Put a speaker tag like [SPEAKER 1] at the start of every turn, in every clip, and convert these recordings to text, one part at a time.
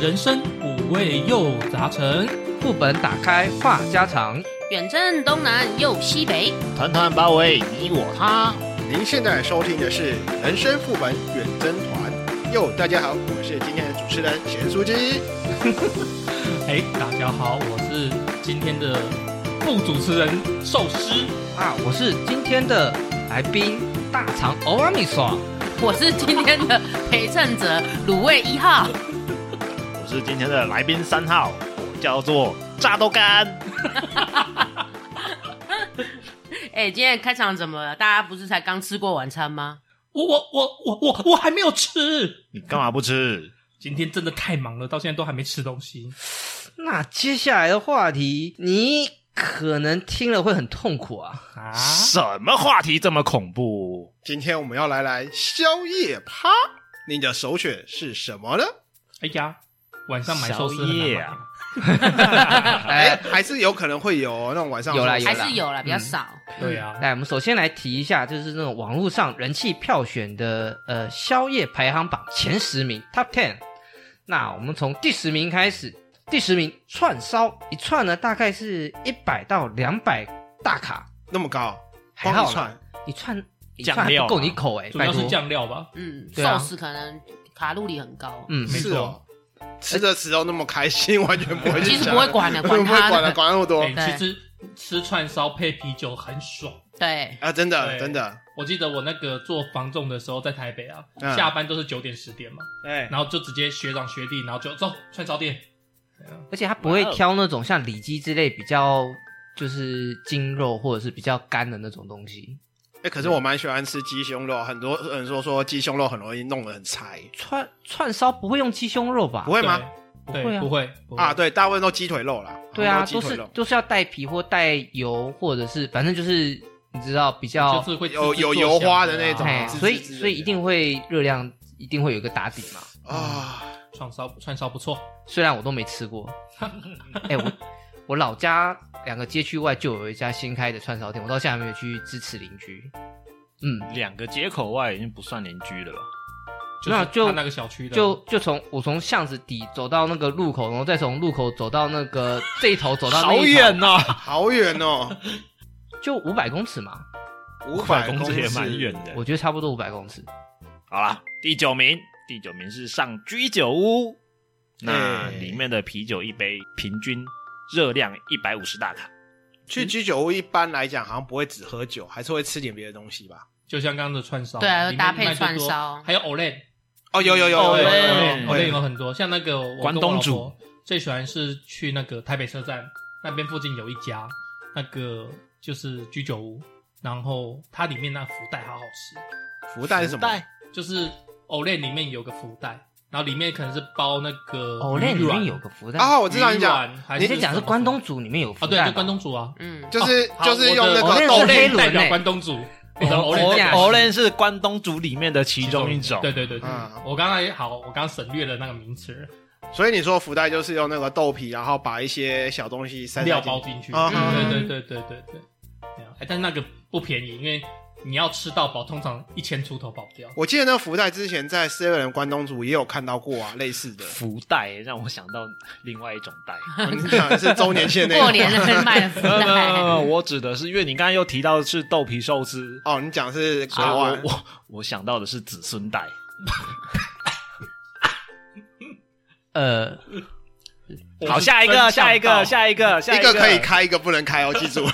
[SPEAKER 1] 人生五味又杂陈，
[SPEAKER 2] 副本打开话家常，
[SPEAKER 3] 远征东南又西北，
[SPEAKER 4] 团团包围你我他。
[SPEAKER 5] 您现在收听的是《人生副本远征团》。哟，大家好，我是今天的主持人咸酥鸡。
[SPEAKER 1] 哎，大家好，我是今天的副主持人寿司。
[SPEAKER 2] 啊，我是今天的来宾大肠欧阿米爽。
[SPEAKER 3] 我是今天的陪衬者卤味一号。
[SPEAKER 4] 我是今天的来宾三号，我叫做炸豆干。
[SPEAKER 3] 哎、今天开场怎么了？大家不是才刚吃过晚餐吗？
[SPEAKER 1] 我我我我我我还没有吃，
[SPEAKER 4] 你干嘛不吃？
[SPEAKER 1] 今天真的太忙了，到现在都还没吃东西。
[SPEAKER 2] 那接下来的话题，你可能听了会很痛 苦啊。
[SPEAKER 1] 啊，
[SPEAKER 4] 什么话题这么恐怖？
[SPEAKER 5] 今天我们要来来宵夜趴，您的首选是什么呢？
[SPEAKER 1] 哎呀，晚上买寿司很
[SPEAKER 4] 宵
[SPEAKER 1] 难
[SPEAKER 4] 夜
[SPEAKER 1] 买
[SPEAKER 4] 啊
[SPEAKER 5] 哎、
[SPEAKER 2] 哎，
[SPEAKER 5] 还是有可能会有那种晚上
[SPEAKER 2] 有啦有
[SPEAKER 3] 还
[SPEAKER 2] 啦
[SPEAKER 3] 是有啦，比较少。
[SPEAKER 1] 对啊，
[SPEAKER 4] 嗯
[SPEAKER 2] 来，我们首先来提一下，就是那种网络上人气票选的呃宵夜排行榜前十名 （Top Ten）。那我们从第十名开始，第十名串烧一串呢，大概是一百到两百大卡，
[SPEAKER 5] 那么高，
[SPEAKER 2] 还
[SPEAKER 5] 光
[SPEAKER 2] 好
[SPEAKER 5] 一串
[SPEAKER 2] 啦一串一
[SPEAKER 4] 酱
[SPEAKER 2] 串还
[SPEAKER 4] 料
[SPEAKER 2] 不够
[SPEAKER 4] 嘛
[SPEAKER 2] 你口哎、
[SPEAKER 1] 啊主
[SPEAKER 2] 拜
[SPEAKER 1] 要
[SPEAKER 2] 托
[SPEAKER 1] 是。酱料吧。
[SPEAKER 3] 嗯，
[SPEAKER 2] 对啊
[SPEAKER 3] 寿司可能卡路里很高。
[SPEAKER 2] 嗯，
[SPEAKER 1] 没错
[SPEAKER 5] 是哦。吃着吃到那么开心，完全不会去
[SPEAKER 3] 哎其实
[SPEAKER 5] 想
[SPEAKER 3] 不会管的，
[SPEAKER 5] 不会
[SPEAKER 3] 管他
[SPEAKER 5] 管了，
[SPEAKER 3] 的。
[SPEAKER 5] 管那么多
[SPEAKER 1] 哎、其实吃串烧配啤酒很爽。
[SPEAKER 3] 对，
[SPEAKER 5] 啊！真的
[SPEAKER 1] 对
[SPEAKER 5] 真的，
[SPEAKER 1] 我记得我那个做房仲的时候，在台北啊，
[SPEAKER 5] 嗯
[SPEAKER 1] 下班都是九点十点嘛，
[SPEAKER 5] 哎，
[SPEAKER 1] 然后就直接学长学弟，然后就走串烧店。
[SPEAKER 2] 而且它不会
[SPEAKER 4] 哇哦
[SPEAKER 2] 挑那种像里脊之类比较就是筋肉或者是比较干的那种东西。
[SPEAKER 5] 哎，可是我蛮喜欢吃鸡胸肉，很多人说说鸡胸肉很容易弄得很柴，
[SPEAKER 2] 串串烧不会用鸡胸肉吧
[SPEAKER 5] 不？会吗？
[SPEAKER 1] 对？
[SPEAKER 2] 不会
[SPEAKER 1] 对，
[SPEAKER 2] 啊
[SPEAKER 1] 不会不会
[SPEAKER 5] 啊，对，大部分都鸡腿肉啦，
[SPEAKER 2] 对啊，
[SPEAKER 5] 很多
[SPEAKER 2] 都
[SPEAKER 5] 鸡腿
[SPEAKER 2] 是
[SPEAKER 5] 肉，
[SPEAKER 2] 都是要带皮或带油，或者是反正就是你知道比较
[SPEAKER 1] 就是会
[SPEAKER 5] 有
[SPEAKER 1] 自制
[SPEAKER 5] 有
[SPEAKER 1] 作
[SPEAKER 5] 油
[SPEAKER 1] 馅
[SPEAKER 5] 花
[SPEAKER 1] 的
[SPEAKER 5] 的那种
[SPEAKER 2] 哎，
[SPEAKER 5] 自制
[SPEAKER 2] 所以
[SPEAKER 5] 自制
[SPEAKER 2] 所以
[SPEAKER 5] 的
[SPEAKER 2] 一定会热量一定会有一个打底嘛。
[SPEAKER 5] 啊，
[SPEAKER 1] 串烧串烧不错，
[SPEAKER 2] 虽然我都没吃 过，哎、我我老家两个街区外就有一家新开的串烧店，我到现在还没有去支持邻居。嗯，
[SPEAKER 4] 两个街口外已经不算邻居了吧？
[SPEAKER 1] 就是
[SPEAKER 2] 那就
[SPEAKER 1] 他那个小区的，
[SPEAKER 2] 就就从我从巷子底走到那个路口，然后再从路口走到那 个这一头走到那
[SPEAKER 4] 好
[SPEAKER 2] 一头，
[SPEAKER 4] 远呐、
[SPEAKER 5] 好远啊哦，
[SPEAKER 2] 就五百公尺嘛，
[SPEAKER 5] 五
[SPEAKER 4] 百
[SPEAKER 5] 百
[SPEAKER 4] 公
[SPEAKER 5] 公
[SPEAKER 4] 尺
[SPEAKER 5] 尺
[SPEAKER 4] 也蛮远。的。
[SPEAKER 2] 我觉得差不多五百公尺。
[SPEAKER 4] 好啦，第九名，第九名是上居酒屋，那
[SPEAKER 5] 哎
[SPEAKER 4] 里面的啤酒一杯平均热量一百五十大卡。
[SPEAKER 5] 去居酒屋一般来讲，好像不会只喝酒，还是会吃点别的东西吧？
[SPEAKER 1] 就像刚刚的串烧，
[SPEAKER 3] 对
[SPEAKER 1] 里
[SPEAKER 3] 啊
[SPEAKER 1] 面
[SPEAKER 3] 搭配
[SPEAKER 1] 卖最
[SPEAKER 3] 串
[SPEAKER 1] 多
[SPEAKER 3] 烧
[SPEAKER 1] 还有 Olay，
[SPEAKER 5] 哦，有有有有有哦有有
[SPEAKER 1] Olay
[SPEAKER 5] 有
[SPEAKER 1] 有很多，像那个我跟我
[SPEAKER 4] 关东
[SPEAKER 1] 老
[SPEAKER 4] 煮
[SPEAKER 1] 婆最喜欢是去那个台北车站那边附近有一家那个就是居酒屋，然后它里面那福袋好好吃，
[SPEAKER 5] 福袋是什么？
[SPEAKER 1] 就是 Olay 里面有个福袋，然后里面可能是包那个
[SPEAKER 2] 哦，那
[SPEAKER 1] 鱼
[SPEAKER 2] 里
[SPEAKER 1] 软
[SPEAKER 2] 面有个福袋
[SPEAKER 5] 啊，我知道
[SPEAKER 1] 鱼
[SPEAKER 5] 你讲，
[SPEAKER 1] 软还
[SPEAKER 2] 你
[SPEAKER 1] 是
[SPEAKER 2] 在讲是
[SPEAKER 1] 什么
[SPEAKER 2] 关东煮里面有福
[SPEAKER 1] 啊，对，
[SPEAKER 2] 袋
[SPEAKER 1] 就
[SPEAKER 2] 吧，
[SPEAKER 1] 关东煮啊，
[SPEAKER 3] 嗯，
[SPEAKER 5] 就是就是用那
[SPEAKER 2] 哦
[SPEAKER 5] 个
[SPEAKER 2] 我
[SPEAKER 5] 豆
[SPEAKER 2] 的黑
[SPEAKER 5] 类
[SPEAKER 1] 代
[SPEAKER 2] 轮
[SPEAKER 1] 表
[SPEAKER 2] 欸
[SPEAKER 1] 关东煮，
[SPEAKER 2] 哦我
[SPEAKER 1] 然后
[SPEAKER 2] 我
[SPEAKER 1] Olay
[SPEAKER 2] 俩
[SPEAKER 1] 代表
[SPEAKER 4] Olen 是关东煮里面的其中一种，
[SPEAKER 1] 对对对对
[SPEAKER 5] 嗯，
[SPEAKER 1] 我刚才好，我刚省略了那个名词，
[SPEAKER 5] 所以你说福袋就是用那个豆皮，然后把一些小东西塞
[SPEAKER 1] 料
[SPEAKER 5] 进
[SPEAKER 1] 包
[SPEAKER 5] 去。
[SPEAKER 1] 进去，
[SPEAKER 5] 啊
[SPEAKER 1] 对对对对对对，对啊哎，但那个不便宜，因为你要吃到饱，通常一千出头跑不掉。
[SPEAKER 5] 我记得那个福袋之前在 Seven 关东煮也有看到过啊，类似 的。
[SPEAKER 4] 福袋让我想到另外一种袋。
[SPEAKER 5] 你讲的是周年限那个？
[SPEAKER 3] 过年的卖的福
[SPEAKER 4] 没有没有没有没有，
[SPEAKER 3] 袋。
[SPEAKER 4] 我指的是，因为你刚才又提到是豆皮寿司，
[SPEAKER 5] 哦，你讲的是
[SPEAKER 4] 所以
[SPEAKER 5] 国
[SPEAKER 4] 啊我
[SPEAKER 5] 外
[SPEAKER 4] 我我想到的是子孙袋。
[SPEAKER 2] 呃，
[SPEAKER 4] 好，下一个，下一个，
[SPEAKER 1] 一
[SPEAKER 4] 下一个，下
[SPEAKER 5] 一
[SPEAKER 4] 个
[SPEAKER 5] 个可以开，一个不能开哦，记住。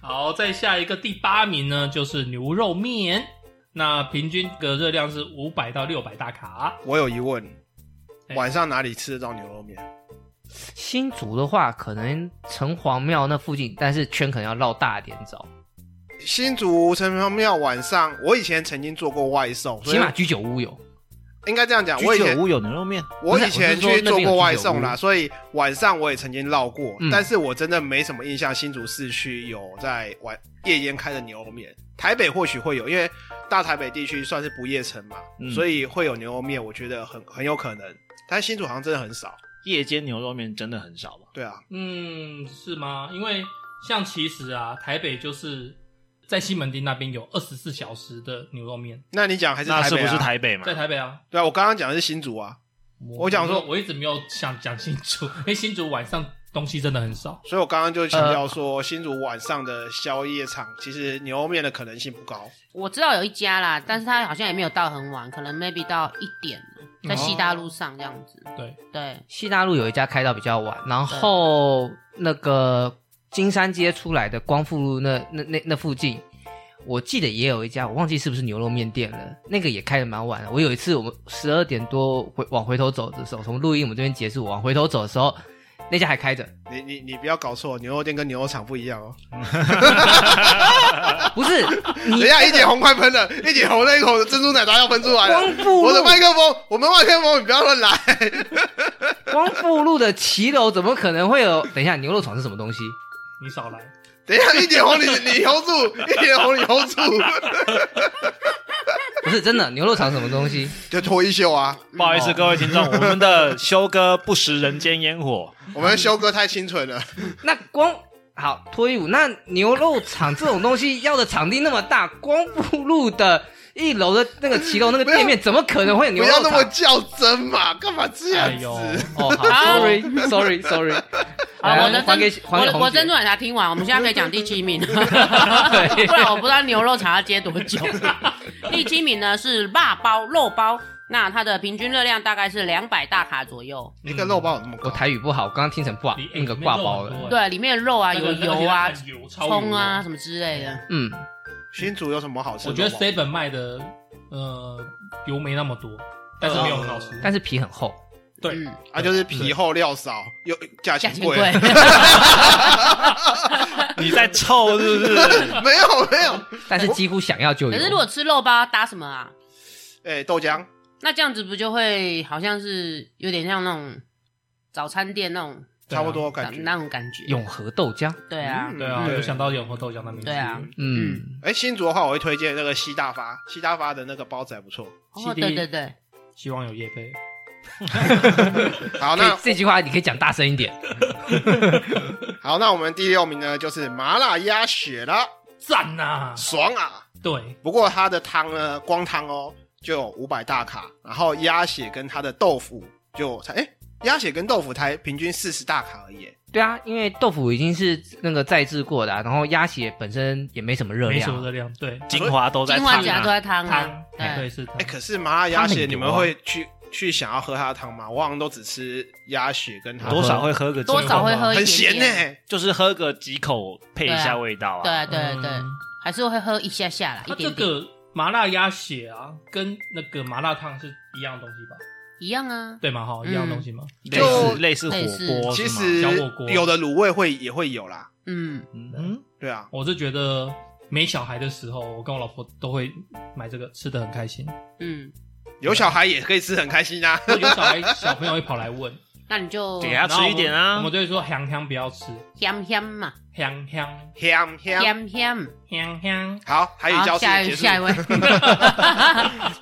[SPEAKER 1] 好，再下一个第八名呢，就是牛肉面，那平均的热量是五百到六百大卡。
[SPEAKER 5] 我有疑问，
[SPEAKER 1] 哎
[SPEAKER 5] 晚上哪里吃得到牛肉面？
[SPEAKER 2] 新竹的话，可能城隍庙那附近，但是圈可能要绕大一点找，
[SPEAKER 5] 新竹城隍庙晚上，我以前曾经做过外送，所
[SPEAKER 2] 起
[SPEAKER 5] 以
[SPEAKER 2] 码居酒屋有。
[SPEAKER 5] 应该这样讲。我
[SPEAKER 4] 居
[SPEAKER 5] 以前
[SPEAKER 4] 酒屋有牛肉面，
[SPEAKER 5] 我以前去做过外
[SPEAKER 2] 不是我是说那
[SPEAKER 5] 送
[SPEAKER 2] 边有居酒
[SPEAKER 5] 啦，
[SPEAKER 2] 屋
[SPEAKER 5] 所以晚上我也曾经绕过，
[SPEAKER 2] 嗯
[SPEAKER 5] 但是我真的没什么印象。新竹市区有在晚夜间开的牛肉面，台北或许会有，因为大台北地区算是不夜城嘛，
[SPEAKER 4] 嗯
[SPEAKER 5] 所以会有牛肉面，我觉得很很有可能。但新竹好像真的很少，
[SPEAKER 4] 夜间牛肉面真的很少吧？
[SPEAKER 5] 对啊，
[SPEAKER 1] 嗯，是吗？因为像其实啊，台北就是在西门町那边有二十四小时的牛肉面，
[SPEAKER 5] 那你讲还是
[SPEAKER 4] 那
[SPEAKER 5] 台
[SPEAKER 4] 是
[SPEAKER 5] 北、啊？
[SPEAKER 4] 不是台北嘛？
[SPEAKER 1] 在台北啊，
[SPEAKER 5] 对啊，我刚刚讲的是新竹啊，我讲说
[SPEAKER 1] 我一直没有想讲新竹，因为新竹晚上东西真的很少。
[SPEAKER 5] 所以我刚刚就强调说，新竹晚上的宵夜场其实牛肉面的可能性不高。
[SPEAKER 3] 我知道有一家啦，但是他好像也没有到很晚，可能 maybe 到一点，在西大路上这样子。
[SPEAKER 1] 对，
[SPEAKER 3] 对，
[SPEAKER 2] 西大路有一家开到比较晚，然后那个金山街出来的光复路那那那那附近，我记得也有一家，我忘记是不是牛肉面店了，那个也开的蛮晚的。我有一次我们十二点多回往回头走的时候，从录音我们这边结束往回头走的时候，那家还开着，
[SPEAKER 5] 你你你不要搞错，牛肉店跟牛肉场不一样哦。
[SPEAKER 2] 不是
[SPEAKER 5] 等
[SPEAKER 2] 你
[SPEAKER 5] 一下，一姐红快喷了，一姐红那一口珍珠奶茶要喷出来了。
[SPEAKER 2] 光复
[SPEAKER 5] 我的
[SPEAKER 2] 路
[SPEAKER 5] 麦克风，我们麦克风，你不要乱来。
[SPEAKER 2] 光复路的骑楼怎么可能会有？等一下，牛肉厂是什么东西？
[SPEAKER 1] 你少来，
[SPEAKER 5] 等一下，一姐红你你 hold 住，一姐红你 hold 住，
[SPEAKER 2] 不是真的，牛肉厂是什么东西？
[SPEAKER 5] 就脱衣秀啊。
[SPEAKER 4] 不好意思，各位听众，我们的修哥不食人间烟 火，
[SPEAKER 5] 我们修哥太清纯了，
[SPEAKER 2] 那光好脱衣舞，那牛肉场这种东西要的场地那么大，光复路的一楼的那个骑楼那个店面，怎么可能会有
[SPEAKER 5] 不
[SPEAKER 2] 牛肉
[SPEAKER 5] 要那么
[SPEAKER 2] 场？
[SPEAKER 5] 较真嘛，干嘛这
[SPEAKER 1] 哎
[SPEAKER 5] 样
[SPEAKER 1] 呦，
[SPEAKER 5] 子？
[SPEAKER 2] 哦，好，sorry，sorry，sorry。
[SPEAKER 3] 好，
[SPEAKER 2] 来
[SPEAKER 3] 我的
[SPEAKER 2] 还给
[SPEAKER 3] 珍，
[SPEAKER 2] 还
[SPEAKER 3] 我
[SPEAKER 2] 给
[SPEAKER 3] 的我
[SPEAKER 2] 红
[SPEAKER 3] 珍
[SPEAKER 2] 姐
[SPEAKER 3] 珠。奶茶听完，我们现在可以讲第七名，不然我不知道牛肉肠要接多久。第七名呢是辣包肉包，那它的平均热量大概是两百大卡左右。
[SPEAKER 5] 那个肉包有那么
[SPEAKER 2] 我
[SPEAKER 5] 高？
[SPEAKER 2] 台语不好，我刚刚听成挂
[SPEAKER 1] 你
[SPEAKER 2] 那个挂包了。，
[SPEAKER 3] 对，里面的肉啊，
[SPEAKER 1] 你
[SPEAKER 3] 有
[SPEAKER 1] 没
[SPEAKER 3] 油啊、
[SPEAKER 1] 油超油
[SPEAKER 3] 葱啊。什么之类的。
[SPEAKER 2] 嗯，
[SPEAKER 5] 新竹有什么好吃的
[SPEAKER 1] 我
[SPEAKER 5] 肉
[SPEAKER 1] 觉
[SPEAKER 5] 包？
[SPEAKER 1] 得 seven 卖的呃油没那么多，但是没有很好吃。
[SPEAKER 2] 但是皮很厚。
[SPEAKER 1] 对
[SPEAKER 3] 嗯，
[SPEAKER 5] 啊，就是皮厚料少，又
[SPEAKER 3] 价
[SPEAKER 5] 价钱
[SPEAKER 3] 钱
[SPEAKER 5] 贵
[SPEAKER 3] 贵。。
[SPEAKER 4] 你在臭是不 是？
[SPEAKER 5] 没有没有，
[SPEAKER 2] 但是几乎想要就有。
[SPEAKER 3] 可是如果吃肉包搭什么啊？
[SPEAKER 5] 哎，豆浆
[SPEAKER 3] 那这样子不就会好像是有点像那种早餐店那种
[SPEAKER 1] 对啊
[SPEAKER 5] 差不多感觉。
[SPEAKER 3] 那种感觉？
[SPEAKER 2] 永和豆浆，
[SPEAKER 3] 对啊，
[SPEAKER 1] 对啊，
[SPEAKER 5] 嗯
[SPEAKER 1] 有想到有和豆浆那边。
[SPEAKER 3] 对啊，
[SPEAKER 2] 嗯，
[SPEAKER 5] 哎，新竹的话，我会推荐那个西大发，西大发的那个包子还不错。
[SPEAKER 3] 哦，对对对，
[SPEAKER 1] 希望有叶飞。
[SPEAKER 5] 好，
[SPEAKER 2] 可以
[SPEAKER 5] 那
[SPEAKER 2] 这句话你可以讲大声一点。
[SPEAKER 5] 好，那我们第六名呢，就是麻辣鸭血啦，
[SPEAKER 1] 赞呐、
[SPEAKER 5] 爽啊！
[SPEAKER 1] 对，
[SPEAKER 5] 不过它的汤呢，光汤哦就有五百大卡，然后鸭血跟它的豆腐就才哎，鸭血跟豆腐才平均四十大卡而已。哎
[SPEAKER 2] 对啊，因为豆腐已经是那个再制过的啊、然后鸭血本身也没什么热
[SPEAKER 1] 没什么
[SPEAKER 2] 量。啊
[SPEAKER 1] 热量，对，
[SPEAKER 4] 精华都在
[SPEAKER 3] 金华
[SPEAKER 4] 烫
[SPEAKER 3] 夹都
[SPEAKER 4] 啊！
[SPEAKER 3] 在汤啊
[SPEAKER 1] 汤，，
[SPEAKER 3] 对
[SPEAKER 1] 对，是汤
[SPEAKER 5] 哎，。可是麻辣鸭
[SPEAKER 2] 汤很
[SPEAKER 5] 血
[SPEAKER 2] 油啊
[SPEAKER 5] 你们会去去想要喝它的汤吗？我好像都只吃鸭血跟它的
[SPEAKER 4] 多少会喝个，啊
[SPEAKER 3] 多少会喝一点啊
[SPEAKER 5] 很咸呢、
[SPEAKER 3] 点，
[SPEAKER 4] 就是喝个几口配一下味道啊。
[SPEAKER 3] 对对对，
[SPEAKER 1] 嗯
[SPEAKER 3] 还是会喝一下下啦，一
[SPEAKER 1] 它这
[SPEAKER 3] 点点
[SPEAKER 1] 个麻辣鸭血啊，跟那个麻辣烫是一样的东西吧？
[SPEAKER 3] 一样啊，
[SPEAKER 1] 对嘛？哈，
[SPEAKER 3] 嗯
[SPEAKER 1] 一样的东西吗？
[SPEAKER 4] 类
[SPEAKER 5] 就
[SPEAKER 4] 似类似火
[SPEAKER 3] 类似
[SPEAKER 4] 锅是
[SPEAKER 5] 其
[SPEAKER 4] 吗，
[SPEAKER 5] 实
[SPEAKER 1] 小火锅
[SPEAKER 5] 有的卤味会也会有啦，
[SPEAKER 3] 嗯，
[SPEAKER 1] 嗯，
[SPEAKER 5] 对啊，
[SPEAKER 1] 我是觉得没小孩的时候，我跟我老婆都会买这个，吃的很开心。
[SPEAKER 3] 嗯，
[SPEAKER 5] 有小孩也可以吃很开心啊。
[SPEAKER 1] 有小孩小朋友会跑来问，
[SPEAKER 3] 那你就
[SPEAKER 4] 给他
[SPEAKER 1] 然后我
[SPEAKER 4] 吃一点啊
[SPEAKER 1] 我们就会说香香不要吃，
[SPEAKER 3] 香香嘛，
[SPEAKER 1] 香香
[SPEAKER 5] 香香，
[SPEAKER 3] 香香。
[SPEAKER 1] 香香。
[SPEAKER 5] 好，还有
[SPEAKER 3] 好，
[SPEAKER 5] 教室
[SPEAKER 3] 下一
[SPEAKER 5] 结
[SPEAKER 3] 位，
[SPEAKER 5] 束。
[SPEAKER 3] 下一位，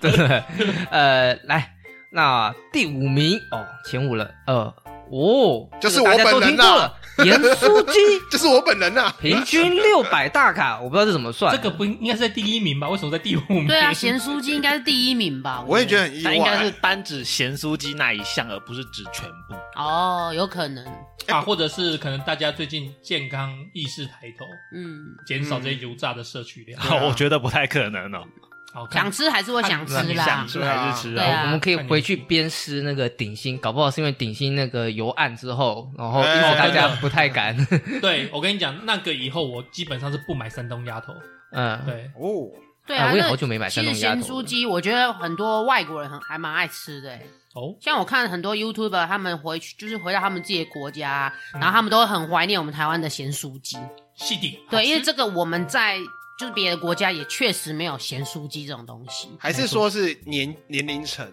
[SPEAKER 2] 真的，呃，来，那第五名哦，前五了，呃，哦，
[SPEAKER 5] 就是
[SPEAKER 2] 这个大家
[SPEAKER 5] 我
[SPEAKER 2] 都
[SPEAKER 5] 本人
[SPEAKER 2] 听
[SPEAKER 5] 啊
[SPEAKER 2] 过了，盐酥鸡
[SPEAKER 5] 就是我本人呐、 啊，
[SPEAKER 2] 平均六百大卡，我不知道这怎么算，
[SPEAKER 1] 这个不应应该是在第一名吧？为什么在第五名？
[SPEAKER 3] 对啊，咸酥鸡应该是第一名吧？
[SPEAKER 5] 我也觉得很意
[SPEAKER 4] 它
[SPEAKER 5] 外。
[SPEAKER 4] 应该是单指咸酥鸡那一项，而不是指全部。
[SPEAKER 3] 哦，有可能，
[SPEAKER 1] 啊，或者是可能大家最近健康意识抬头，
[SPEAKER 3] 嗯，
[SPEAKER 1] 减少这些油炸的摄取量。
[SPEAKER 5] 对 啊
[SPEAKER 4] 我觉得不太可能 哦。
[SPEAKER 1] 好看
[SPEAKER 3] 想吃还是会想吃
[SPEAKER 4] 你
[SPEAKER 3] 啦
[SPEAKER 4] 想。吃还是吃
[SPEAKER 3] 对啊
[SPEAKER 2] 我们可以回去鞭尸那个顶新，搞不好是因为顶新那个油案之后，然后一
[SPEAKER 5] 哎
[SPEAKER 2] 直大家
[SPEAKER 1] 真的
[SPEAKER 2] 不太敢，
[SPEAKER 1] 对我跟你讲，那个以后我基本上是不买山东鸭头。
[SPEAKER 2] 嗯，
[SPEAKER 1] 对，
[SPEAKER 5] 哦，
[SPEAKER 3] 对
[SPEAKER 2] 啊
[SPEAKER 3] 啊，
[SPEAKER 2] 我也
[SPEAKER 3] 那
[SPEAKER 2] 好久没买
[SPEAKER 3] 其
[SPEAKER 2] 山
[SPEAKER 3] 实
[SPEAKER 2] 东鸭
[SPEAKER 3] 咸
[SPEAKER 2] 头
[SPEAKER 3] 酥
[SPEAKER 2] 了。
[SPEAKER 3] 鸡，我觉得很多外国人很还蛮爱吃的欸。
[SPEAKER 1] 哦，
[SPEAKER 3] 像我看很多 YouTuber，他们回去就是回到他们自己的国家，啊然后他们都会很怀念我们台湾的咸酥鸡。
[SPEAKER 1] 细底。
[SPEAKER 3] 对，因为这个我们在就是别的国家也确实没有咸酥鸡这种东西。
[SPEAKER 5] 还是说是年年龄层？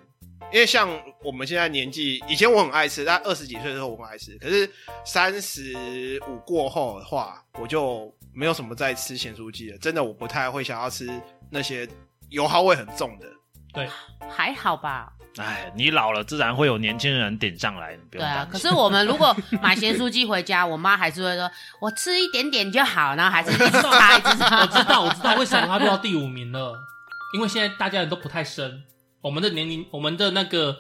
[SPEAKER 5] 因为像我们现在年纪，以前我很爱吃，但二十几岁的时候我很爱吃，可是三十五过后的话，我就没有什么在吃咸酥鸡了。真的，我不太会想要吃那些油耗味很重的。
[SPEAKER 3] 还好吧，
[SPEAKER 4] 哎，你老了自然会有年轻人顶上来，你不
[SPEAKER 3] 对
[SPEAKER 4] 用
[SPEAKER 3] 啊。可
[SPEAKER 4] 担
[SPEAKER 3] 是
[SPEAKER 4] 心。
[SPEAKER 3] 我们如果买咸酥鸡回家，我妈还是会说：“我吃一点点就好。”然后还是一直炸，一直炸。
[SPEAKER 1] 我知道，我知道为什么它掉到第五名了，因为现在大家人都不太生，我们的年龄，我们的那个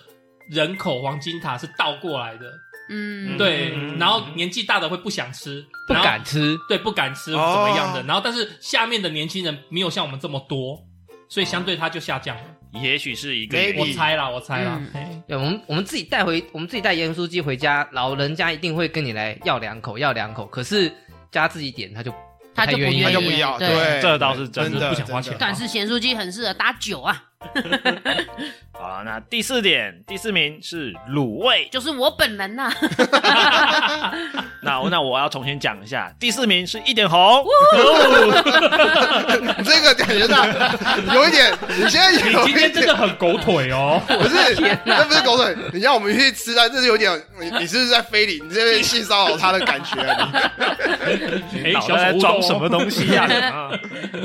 [SPEAKER 1] 人口黄金塔是倒过来的，
[SPEAKER 3] 嗯，
[SPEAKER 1] 对
[SPEAKER 4] 嗯，
[SPEAKER 1] 然后年纪大的会不想吃，
[SPEAKER 2] 不
[SPEAKER 1] 然后
[SPEAKER 2] 敢吃，
[SPEAKER 1] 对，不敢吃怎么样的。
[SPEAKER 5] 哦
[SPEAKER 1] 然后，但是下面的年轻人没有像我们这么多，所以相对它就下降了。
[SPEAKER 4] 也许是一个
[SPEAKER 5] Maybe
[SPEAKER 1] 我
[SPEAKER 4] 原因
[SPEAKER 1] 猜啦，我猜啦哎
[SPEAKER 3] 嗯。
[SPEAKER 1] 嘿
[SPEAKER 2] 对，我们我们自己带回，我们自己带盐酥鸡回家，老人家一定会跟你来要两口，要两口。可是家自己点，他就
[SPEAKER 3] 他
[SPEAKER 2] 太
[SPEAKER 3] 就不
[SPEAKER 2] 愿意
[SPEAKER 5] 那
[SPEAKER 3] 愿
[SPEAKER 5] 就
[SPEAKER 2] 了
[SPEAKER 5] 不
[SPEAKER 3] 意
[SPEAKER 5] 要，
[SPEAKER 3] 对
[SPEAKER 5] 对，
[SPEAKER 4] 这倒是真
[SPEAKER 5] 真
[SPEAKER 4] 的
[SPEAKER 5] 的
[SPEAKER 1] 不想花钱
[SPEAKER 5] 真的
[SPEAKER 3] 但是咸酥鸡很适合打酒啊，
[SPEAKER 4] 好了，那第四点，第四名是卤味。
[SPEAKER 3] 就是我本人呐、
[SPEAKER 4] 那 我那我要重新讲一下，第四名是一点红。
[SPEAKER 5] 你 这个感觉到有一点，你现在
[SPEAKER 1] 你
[SPEAKER 5] 有一
[SPEAKER 1] 今天真
[SPEAKER 5] 点
[SPEAKER 1] 的很狗腿哦！
[SPEAKER 5] 不是，那不是狗腿，你让我们去吃饭，这是有点，你你是不是在非礼？你这边性骚扰他的感觉、啊，你
[SPEAKER 1] 哎，
[SPEAKER 4] 脑
[SPEAKER 1] 小手
[SPEAKER 4] 袋在
[SPEAKER 1] 乌
[SPEAKER 4] 装
[SPEAKER 1] 龙
[SPEAKER 4] 什么东西 呀、啊？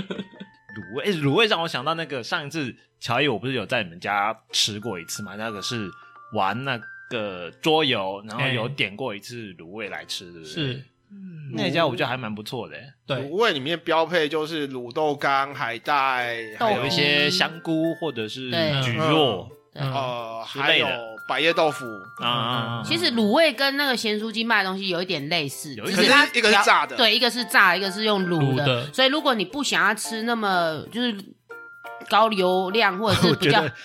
[SPEAKER 4] 卤味，哎卤味让我想到那个上一次乔伊，我不是有在你们家吃过一次吗？那个是玩那个桌游，然后有点过一次卤味来吃，对不对？
[SPEAKER 1] 哎是，嗯
[SPEAKER 4] 那家我觉得还蛮不错的，
[SPEAKER 5] 卤
[SPEAKER 1] 对，
[SPEAKER 5] 味里面标配就是卤豆干、海带，还
[SPEAKER 4] 有
[SPEAKER 5] 有
[SPEAKER 4] 一
[SPEAKER 5] 一些
[SPEAKER 4] 些香菇或者是
[SPEAKER 3] 对
[SPEAKER 4] 菊络
[SPEAKER 1] 嗯，
[SPEAKER 5] 呃，
[SPEAKER 4] 之
[SPEAKER 5] 还
[SPEAKER 4] 类
[SPEAKER 5] 有
[SPEAKER 4] 的
[SPEAKER 5] 百叶豆腐，
[SPEAKER 4] 啊啊，啊
[SPEAKER 3] 其实卤味跟那个咸酥鸡卖的东西有一点类似，
[SPEAKER 4] 有一
[SPEAKER 3] 只
[SPEAKER 5] 可是
[SPEAKER 3] 它
[SPEAKER 5] 一个是炸的，，
[SPEAKER 3] 对，一个是炸，一个是用卤的。
[SPEAKER 1] 卤的
[SPEAKER 3] 所以如果你不想要吃那么就是高流量或者是
[SPEAKER 4] 我
[SPEAKER 3] 比
[SPEAKER 4] 觉
[SPEAKER 3] 较
[SPEAKER 4] 得
[SPEAKER 5] 高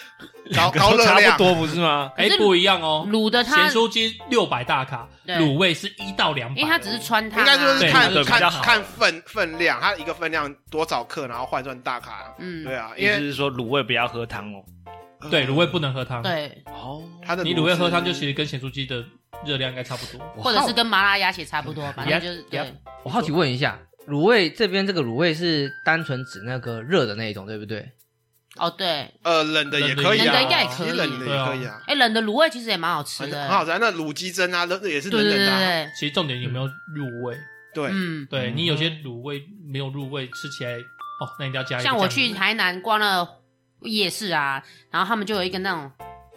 [SPEAKER 4] 两
[SPEAKER 5] 高
[SPEAKER 4] 个都
[SPEAKER 5] 热
[SPEAKER 4] 差
[SPEAKER 5] 量
[SPEAKER 4] 不，多不是吗？
[SPEAKER 1] 哎
[SPEAKER 3] 可是，
[SPEAKER 1] 不一样哦。
[SPEAKER 3] 卤的它
[SPEAKER 1] 咸，酥鸡六百大卡，
[SPEAKER 3] 对
[SPEAKER 1] 卤味是一到两百，
[SPEAKER 3] 因为它只是穿它、
[SPEAKER 5] 应该说
[SPEAKER 1] 对
[SPEAKER 5] 是
[SPEAKER 1] 那
[SPEAKER 5] 看
[SPEAKER 1] 个比较
[SPEAKER 5] 看
[SPEAKER 1] 好
[SPEAKER 5] 看分分量，它一个分量多少克，然后换算大卡，
[SPEAKER 3] 嗯，
[SPEAKER 5] 对啊，
[SPEAKER 4] 意
[SPEAKER 5] 因
[SPEAKER 4] 思
[SPEAKER 5] 为
[SPEAKER 4] 是说卤味不要喝汤哦。
[SPEAKER 1] 对卤味不能喝汤，
[SPEAKER 3] 对，
[SPEAKER 4] 哦，
[SPEAKER 5] 它的
[SPEAKER 1] 你卤味喝汤就
[SPEAKER 5] 汁
[SPEAKER 1] 其实跟咸酥鸡的热量应该差不多。
[SPEAKER 3] 或者是跟麻辣鸭血差不多，反正就是对
[SPEAKER 1] Yep，
[SPEAKER 2] 我好奇问一下，卤味这边这个卤味是单纯指那个热的那一种，对不对？
[SPEAKER 3] 哦对，
[SPEAKER 5] 呃冷的也可以
[SPEAKER 3] 冷的
[SPEAKER 5] 啊，
[SPEAKER 3] 应该也可
[SPEAKER 5] 其实
[SPEAKER 3] 以
[SPEAKER 5] 冷的也可以啊，
[SPEAKER 3] 哎、冷的卤味其实也蛮好吃
[SPEAKER 5] 很
[SPEAKER 3] 的，
[SPEAKER 5] 很好吃啊。那卤鸡胗啊，冷的也是
[SPEAKER 3] 对
[SPEAKER 5] 冷
[SPEAKER 3] 对对
[SPEAKER 5] 冷的啊，
[SPEAKER 3] 对，
[SPEAKER 1] 其实重点有没有入味，
[SPEAKER 5] 对，
[SPEAKER 3] 嗯。
[SPEAKER 1] 对
[SPEAKER 4] 嗯
[SPEAKER 1] 你有些卤味没有入味，吃起来哦，那你一定要加一个
[SPEAKER 3] 像我
[SPEAKER 1] 酱
[SPEAKER 3] 去
[SPEAKER 1] 油
[SPEAKER 3] 台南逛了夜市啊，然后他们就有一个那种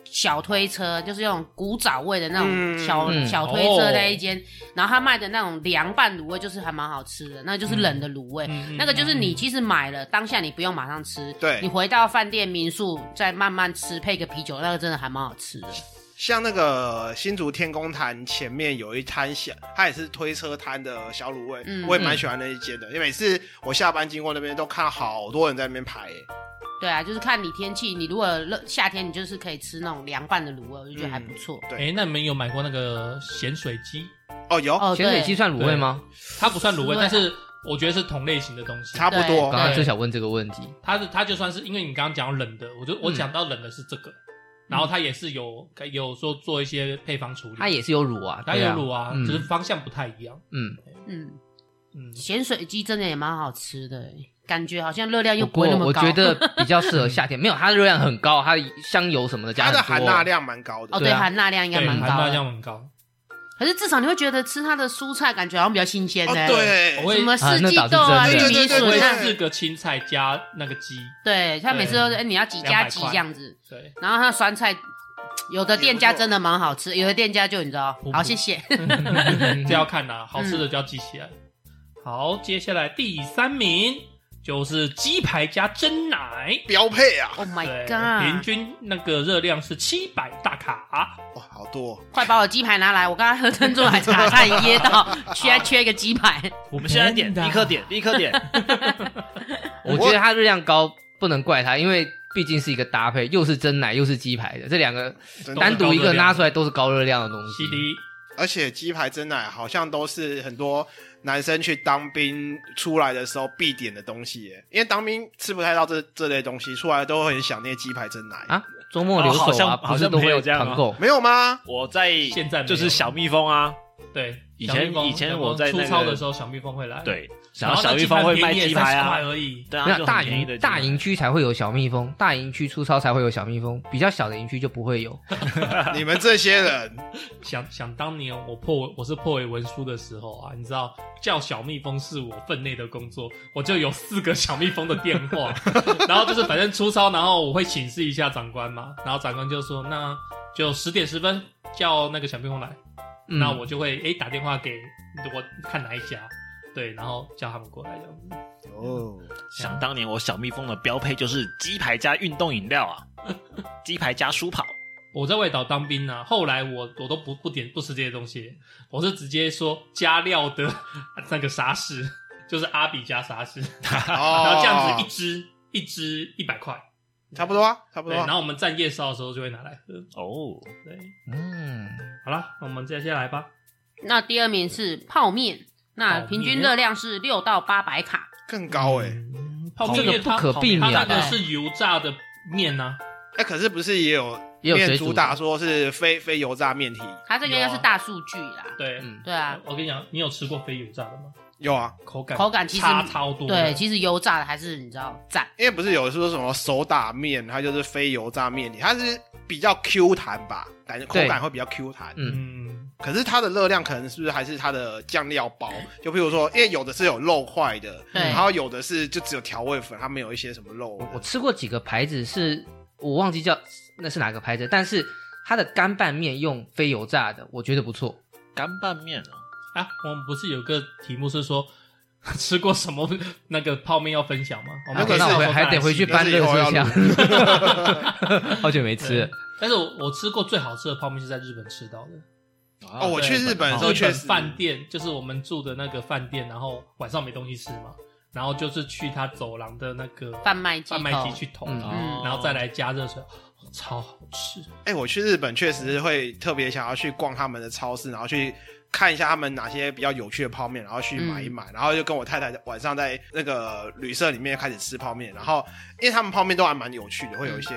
[SPEAKER 3] 小推车，就是那种古早味的那种
[SPEAKER 5] 嗯
[SPEAKER 3] 小、
[SPEAKER 2] 嗯
[SPEAKER 3] 小推车那一间，然后他卖的那种凉拌卤味就是还蛮好吃的，那就是冷的卤味。
[SPEAKER 1] 嗯嗯
[SPEAKER 3] 那个就是你其实买了，当下你不用马上吃，
[SPEAKER 5] 对
[SPEAKER 3] 你回到饭店民宿再慢慢吃，配个啤酒，那个真的还蛮好吃的。
[SPEAKER 5] 像那个新竹天宫坛前面有一摊小，它也是推车摊的小卤味，
[SPEAKER 3] 嗯
[SPEAKER 5] 我也蛮喜欢那一间的，因为每次我下班经过那边都看到好多人在那边排、欸
[SPEAKER 3] 对啊，就是看你天气，你如果热夏天，你就是可以吃那种凉拌的卤味，我就觉得还
[SPEAKER 5] 嗯
[SPEAKER 3] 不错。
[SPEAKER 5] 对
[SPEAKER 1] 哎，那你们有买过那个咸水鸡？
[SPEAKER 2] 哎
[SPEAKER 5] 哦，有、
[SPEAKER 3] 哦，
[SPEAKER 2] 咸水鸡
[SPEAKER 3] 对，
[SPEAKER 2] 算卤味吗？
[SPEAKER 1] 它不算卤味，
[SPEAKER 3] 对啊
[SPEAKER 1] 但是我觉得是同类型的东西。
[SPEAKER 5] 差不
[SPEAKER 2] 我
[SPEAKER 5] 多
[SPEAKER 3] 哦
[SPEAKER 2] 刚。刚就想问这个问题。
[SPEAKER 1] 它是它就算是因为你刚刚讲到冷的，我就我
[SPEAKER 2] 嗯
[SPEAKER 1] 讲到冷的是这个，然后它也是有有说做一些配方处理，
[SPEAKER 2] 它也是有卤啊，
[SPEAKER 1] 它
[SPEAKER 2] 对
[SPEAKER 1] 有
[SPEAKER 2] 啊
[SPEAKER 1] 卤啊，
[SPEAKER 2] 嗯
[SPEAKER 1] 只是方向不太一样。
[SPEAKER 2] 嗯，
[SPEAKER 3] 嗯，
[SPEAKER 1] 嗯，
[SPEAKER 3] 咸水鸡真的也蛮好吃的欸，感觉好像热量又
[SPEAKER 2] 不
[SPEAKER 3] 不会那
[SPEAKER 2] 过
[SPEAKER 3] 么
[SPEAKER 2] 我
[SPEAKER 3] 高。
[SPEAKER 2] 觉得比较适合夏 天，没有它的热量很高，它香油什么的加很
[SPEAKER 5] 它
[SPEAKER 2] 多
[SPEAKER 5] 的含钠量蛮高的，
[SPEAKER 3] 哦，
[SPEAKER 2] 对
[SPEAKER 3] 对，
[SPEAKER 2] 啊
[SPEAKER 3] 含钠量应该
[SPEAKER 1] 对，
[SPEAKER 3] 蛮
[SPEAKER 1] 含
[SPEAKER 3] 高
[SPEAKER 1] 钠
[SPEAKER 3] 的。
[SPEAKER 1] 量很高。
[SPEAKER 3] 可是至少你会觉得吃它的蔬菜感觉好像比较新鲜
[SPEAKER 5] 哦
[SPEAKER 3] 呢。，
[SPEAKER 1] 我
[SPEAKER 5] 对，
[SPEAKER 1] 会
[SPEAKER 3] 什么四季豆
[SPEAKER 2] 啊
[SPEAKER 3] 啊、
[SPEAKER 2] 那
[SPEAKER 3] 玉
[SPEAKER 2] 倒是真的
[SPEAKER 3] 米
[SPEAKER 5] 对
[SPEAKER 1] 我
[SPEAKER 3] 笋
[SPEAKER 5] 对
[SPEAKER 1] 也
[SPEAKER 3] 啊
[SPEAKER 5] 对，
[SPEAKER 1] 是个青菜加那个鸡，
[SPEAKER 3] 对他每次都是哎你要几加
[SPEAKER 1] 200
[SPEAKER 3] 几
[SPEAKER 1] 块
[SPEAKER 3] 这样子，
[SPEAKER 1] 对，
[SPEAKER 3] 然后它的酸菜。有的店家真的蛮好吃，有的店家就你知道
[SPEAKER 1] 普，普
[SPEAKER 3] 好 谢谢。
[SPEAKER 1] 这要看呐、啊
[SPEAKER 3] 嗯
[SPEAKER 1] 好吃的就要记起来。好，接下来第三名就是鸡排加蒸奶。
[SPEAKER 5] 标配啊，
[SPEAKER 3] Oh my
[SPEAKER 1] 对，平
[SPEAKER 3] god！
[SPEAKER 1] 均那个热量是七百大卡。
[SPEAKER 5] 哇，好多、哦。
[SPEAKER 3] 快把我鸡排拿来，我刚刚喝珍珠奶茶，差点 噎到，现在缺一个鸡排。
[SPEAKER 1] 我
[SPEAKER 4] 我们现在点，
[SPEAKER 1] 啊
[SPEAKER 3] 啊
[SPEAKER 4] 立刻点，立刻点。
[SPEAKER 2] 我觉得它热量高不能怪它，因为毕竟是一个搭配，又是蒸奶又是鸡排的，这两个
[SPEAKER 5] 真
[SPEAKER 1] 是
[SPEAKER 5] 的
[SPEAKER 2] 单独一
[SPEAKER 1] 高热
[SPEAKER 2] 个
[SPEAKER 1] 量
[SPEAKER 2] 拉出来都是高热量的东西。
[SPEAKER 1] CD
[SPEAKER 5] 而且鸡排蒸奶好像都是很多男生去当兵出来的时候必点的东西耶，因为当兵吃不太到这这类东西，出来都会很想念鸡排蒸奶
[SPEAKER 2] 啊周末留
[SPEAKER 4] 哦好
[SPEAKER 2] 守啊，
[SPEAKER 4] 像
[SPEAKER 2] 不是都
[SPEAKER 4] 好像没
[SPEAKER 2] 会
[SPEAKER 4] 有这样啊
[SPEAKER 2] 团购？
[SPEAKER 5] 没有吗？
[SPEAKER 4] 我在
[SPEAKER 1] 现在没有
[SPEAKER 4] 就是小蜜蜂啊，
[SPEAKER 1] 对，
[SPEAKER 4] 以
[SPEAKER 1] 小
[SPEAKER 4] 前
[SPEAKER 1] 蜜蜂
[SPEAKER 4] 以前
[SPEAKER 1] 小蜜
[SPEAKER 4] 我
[SPEAKER 1] 蜂
[SPEAKER 4] 在
[SPEAKER 1] 出
[SPEAKER 4] 那
[SPEAKER 1] 操
[SPEAKER 4] 个
[SPEAKER 1] 的时候，小蜜蜂会来，，
[SPEAKER 4] 对，
[SPEAKER 1] 然
[SPEAKER 4] 然后
[SPEAKER 1] 后
[SPEAKER 4] 小
[SPEAKER 1] 那
[SPEAKER 4] 蜜
[SPEAKER 1] 鸡
[SPEAKER 4] 蜂
[SPEAKER 1] 排
[SPEAKER 4] 会卖
[SPEAKER 1] 便宜也
[SPEAKER 4] 鸡排
[SPEAKER 1] 30块哦
[SPEAKER 4] 啊，
[SPEAKER 1] 而已。
[SPEAKER 4] 对
[SPEAKER 2] 没
[SPEAKER 4] 啊，
[SPEAKER 2] 有
[SPEAKER 4] 就
[SPEAKER 2] 大
[SPEAKER 4] 很便宜的
[SPEAKER 2] 营
[SPEAKER 4] 鸡
[SPEAKER 2] 大
[SPEAKER 4] 排
[SPEAKER 2] 营区才会有小蜜蜂，大营区出超才会有小蜜蜂，比较小的营区就不会有。
[SPEAKER 5] 你们这些人，
[SPEAKER 1] 想想当年我破我是破为文书的时候啊，你知道叫小蜜蜂是我分内的工作，我就有四个小蜜蜂的电话，然后就是反正出操，然后我会请示一下长官嘛，然后长官就说那就十点十分叫那个小蜜蜂来，
[SPEAKER 2] 嗯
[SPEAKER 1] 那我就会诶、打电话给我看哪一家，对，然后叫他们过来这样子。
[SPEAKER 5] 哦，
[SPEAKER 4] 想当年我小蜜蜂的标配就是鸡排加运动饮料啊，鸡排加舒跑。
[SPEAKER 1] 我在外岛当兵呢、后来我我都不不点不吃这些东西，我是直接说加料的那个沙士，就是阿比加沙士，然
[SPEAKER 5] 然
[SPEAKER 1] 后这样子一支一支一百块，
[SPEAKER 5] 哦差不多啊，差不
[SPEAKER 1] 对，
[SPEAKER 5] 多啊
[SPEAKER 1] 然。后我们站夜宵的时候就会拿来喝。
[SPEAKER 4] 哦，
[SPEAKER 1] 对，
[SPEAKER 2] 嗯，
[SPEAKER 1] 好了，那我们接下来吧。
[SPEAKER 3] 那第二名是泡面，那
[SPEAKER 1] 泡
[SPEAKER 3] 平均
[SPEAKER 1] 面
[SPEAKER 3] 热量是六到八百卡。
[SPEAKER 5] 更高哎、欸，
[SPEAKER 1] 嗯泡
[SPEAKER 2] 这
[SPEAKER 1] 面因
[SPEAKER 2] 个
[SPEAKER 1] 为它
[SPEAKER 2] 不可避免啊
[SPEAKER 1] 它那个
[SPEAKER 3] 的
[SPEAKER 1] 是油炸的面啊呢、
[SPEAKER 5] 哎、可是不是也有
[SPEAKER 2] 也有水
[SPEAKER 5] 面
[SPEAKER 2] 煮
[SPEAKER 5] 主
[SPEAKER 2] 的
[SPEAKER 5] 打说是非非油炸面体？
[SPEAKER 3] 它这个应该是
[SPEAKER 1] 有啊
[SPEAKER 3] 大数据啦。
[SPEAKER 1] 对，
[SPEAKER 2] 嗯
[SPEAKER 3] 对啊，
[SPEAKER 1] 我跟你讲，你有吃过非油炸的吗？
[SPEAKER 5] 有啊，
[SPEAKER 1] 口感
[SPEAKER 3] 口感其实
[SPEAKER 1] 差超多的。
[SPEAKER 3] 对，其实油炸的还是你知道赞。
[SPEAKER 5] 因为不是有说什么手打面，它就是非油炸面体，它是比较 Q 弹吧，感觉口
[SPEAKER 2] 对
[SPEAKER 5] 感会比较 Q 弹。
[SPEAKER 2] 嗯，
[SPEAKER 1] 嗯，
[SPEAKER 5] 可是它的热量可能是不是还是它的酱料包？就比如说，因为有的是有肉块的，
[SPEAKER 3] 对
[SPEAKER 5] 然后有的是就只有调味粉，它没有一些什么肉的。
[SPEAKER 2] 我吃过几个牌子是，我忘记叫那是哪个牌子，但是它的干拌面用非油炸的，我觉得不错。
[SPEAKER 4] 干拌面哦，
[SPEAKER 1] 啊，我们不是有个题目是说吃过什么那个泡面要分享吗？我们
[SPEAKER 5] 那个
[SPEAKER 1] 可以
[SPEAKER 5] 是
[SPEAKER 1] 到时
[SPEAKER 2] 我
[SPEAKER 1] 候
[SPEAKER 2] 回
[SPEAKER 1] 再
[SPEAKER 2] 还
[SPEAKER 1] 来
[SPEAKER 2] 得回
[SPEAKER 1] 吃
[SPEAKER 2] 去
[SPEAKER 5] 那
[SPEAKER 2] 搬
[SPEAKER 5] 是
[SPEAKER 2] 热
[SPEAKER 5] 以后
[SPEAKER 2] 车
[SPEAKER 5] 要
[SPEAKER 2] 厢
[SPEAKER 5] 录，
[SPEAKER 2] 好久没吃
[SPEAKER 1] 对
[SPEAKER 2] 了。
[SPEAKER 1] 但是我我吃过最好吃的泡面是在日本吃到的。
[SPEAKER 4] 哦
[SPEAKER 5] 我
[SPEAKER 1] 对
[SPEAKER 5] 去日本的时候
[SPEAKER 1] 日
[SPEAKER 5] 确
[SPEAKER 1] 本
[SPEAKER 5] 实
[SPEAKER 1] 饭店就是我们住的那个饭店，然后晚上没东西吃嘛，然后就是去他走廊的那个
[SPEAKER 3] 贩卖机
[SPEAKER 1] 贩卖
[SPEAKER 3] 头
[SPEAKER 1] 机去投，
[SPEAKER 2] 嗯
[SPEAKER 4] 哦
[SPEAKER 1] 然后再来加热水，哦超好吃。
[SPEAKER 5] 哎、我去日本确实会特别想要去逛他们的超市，然后去看一下他们哪些比较有趣的泡面，然后去买一买，然后就跟我太太晚上在那个旅社里面开始吃泡面，然后因为他们泡面都还蛮有趣的，会有一些、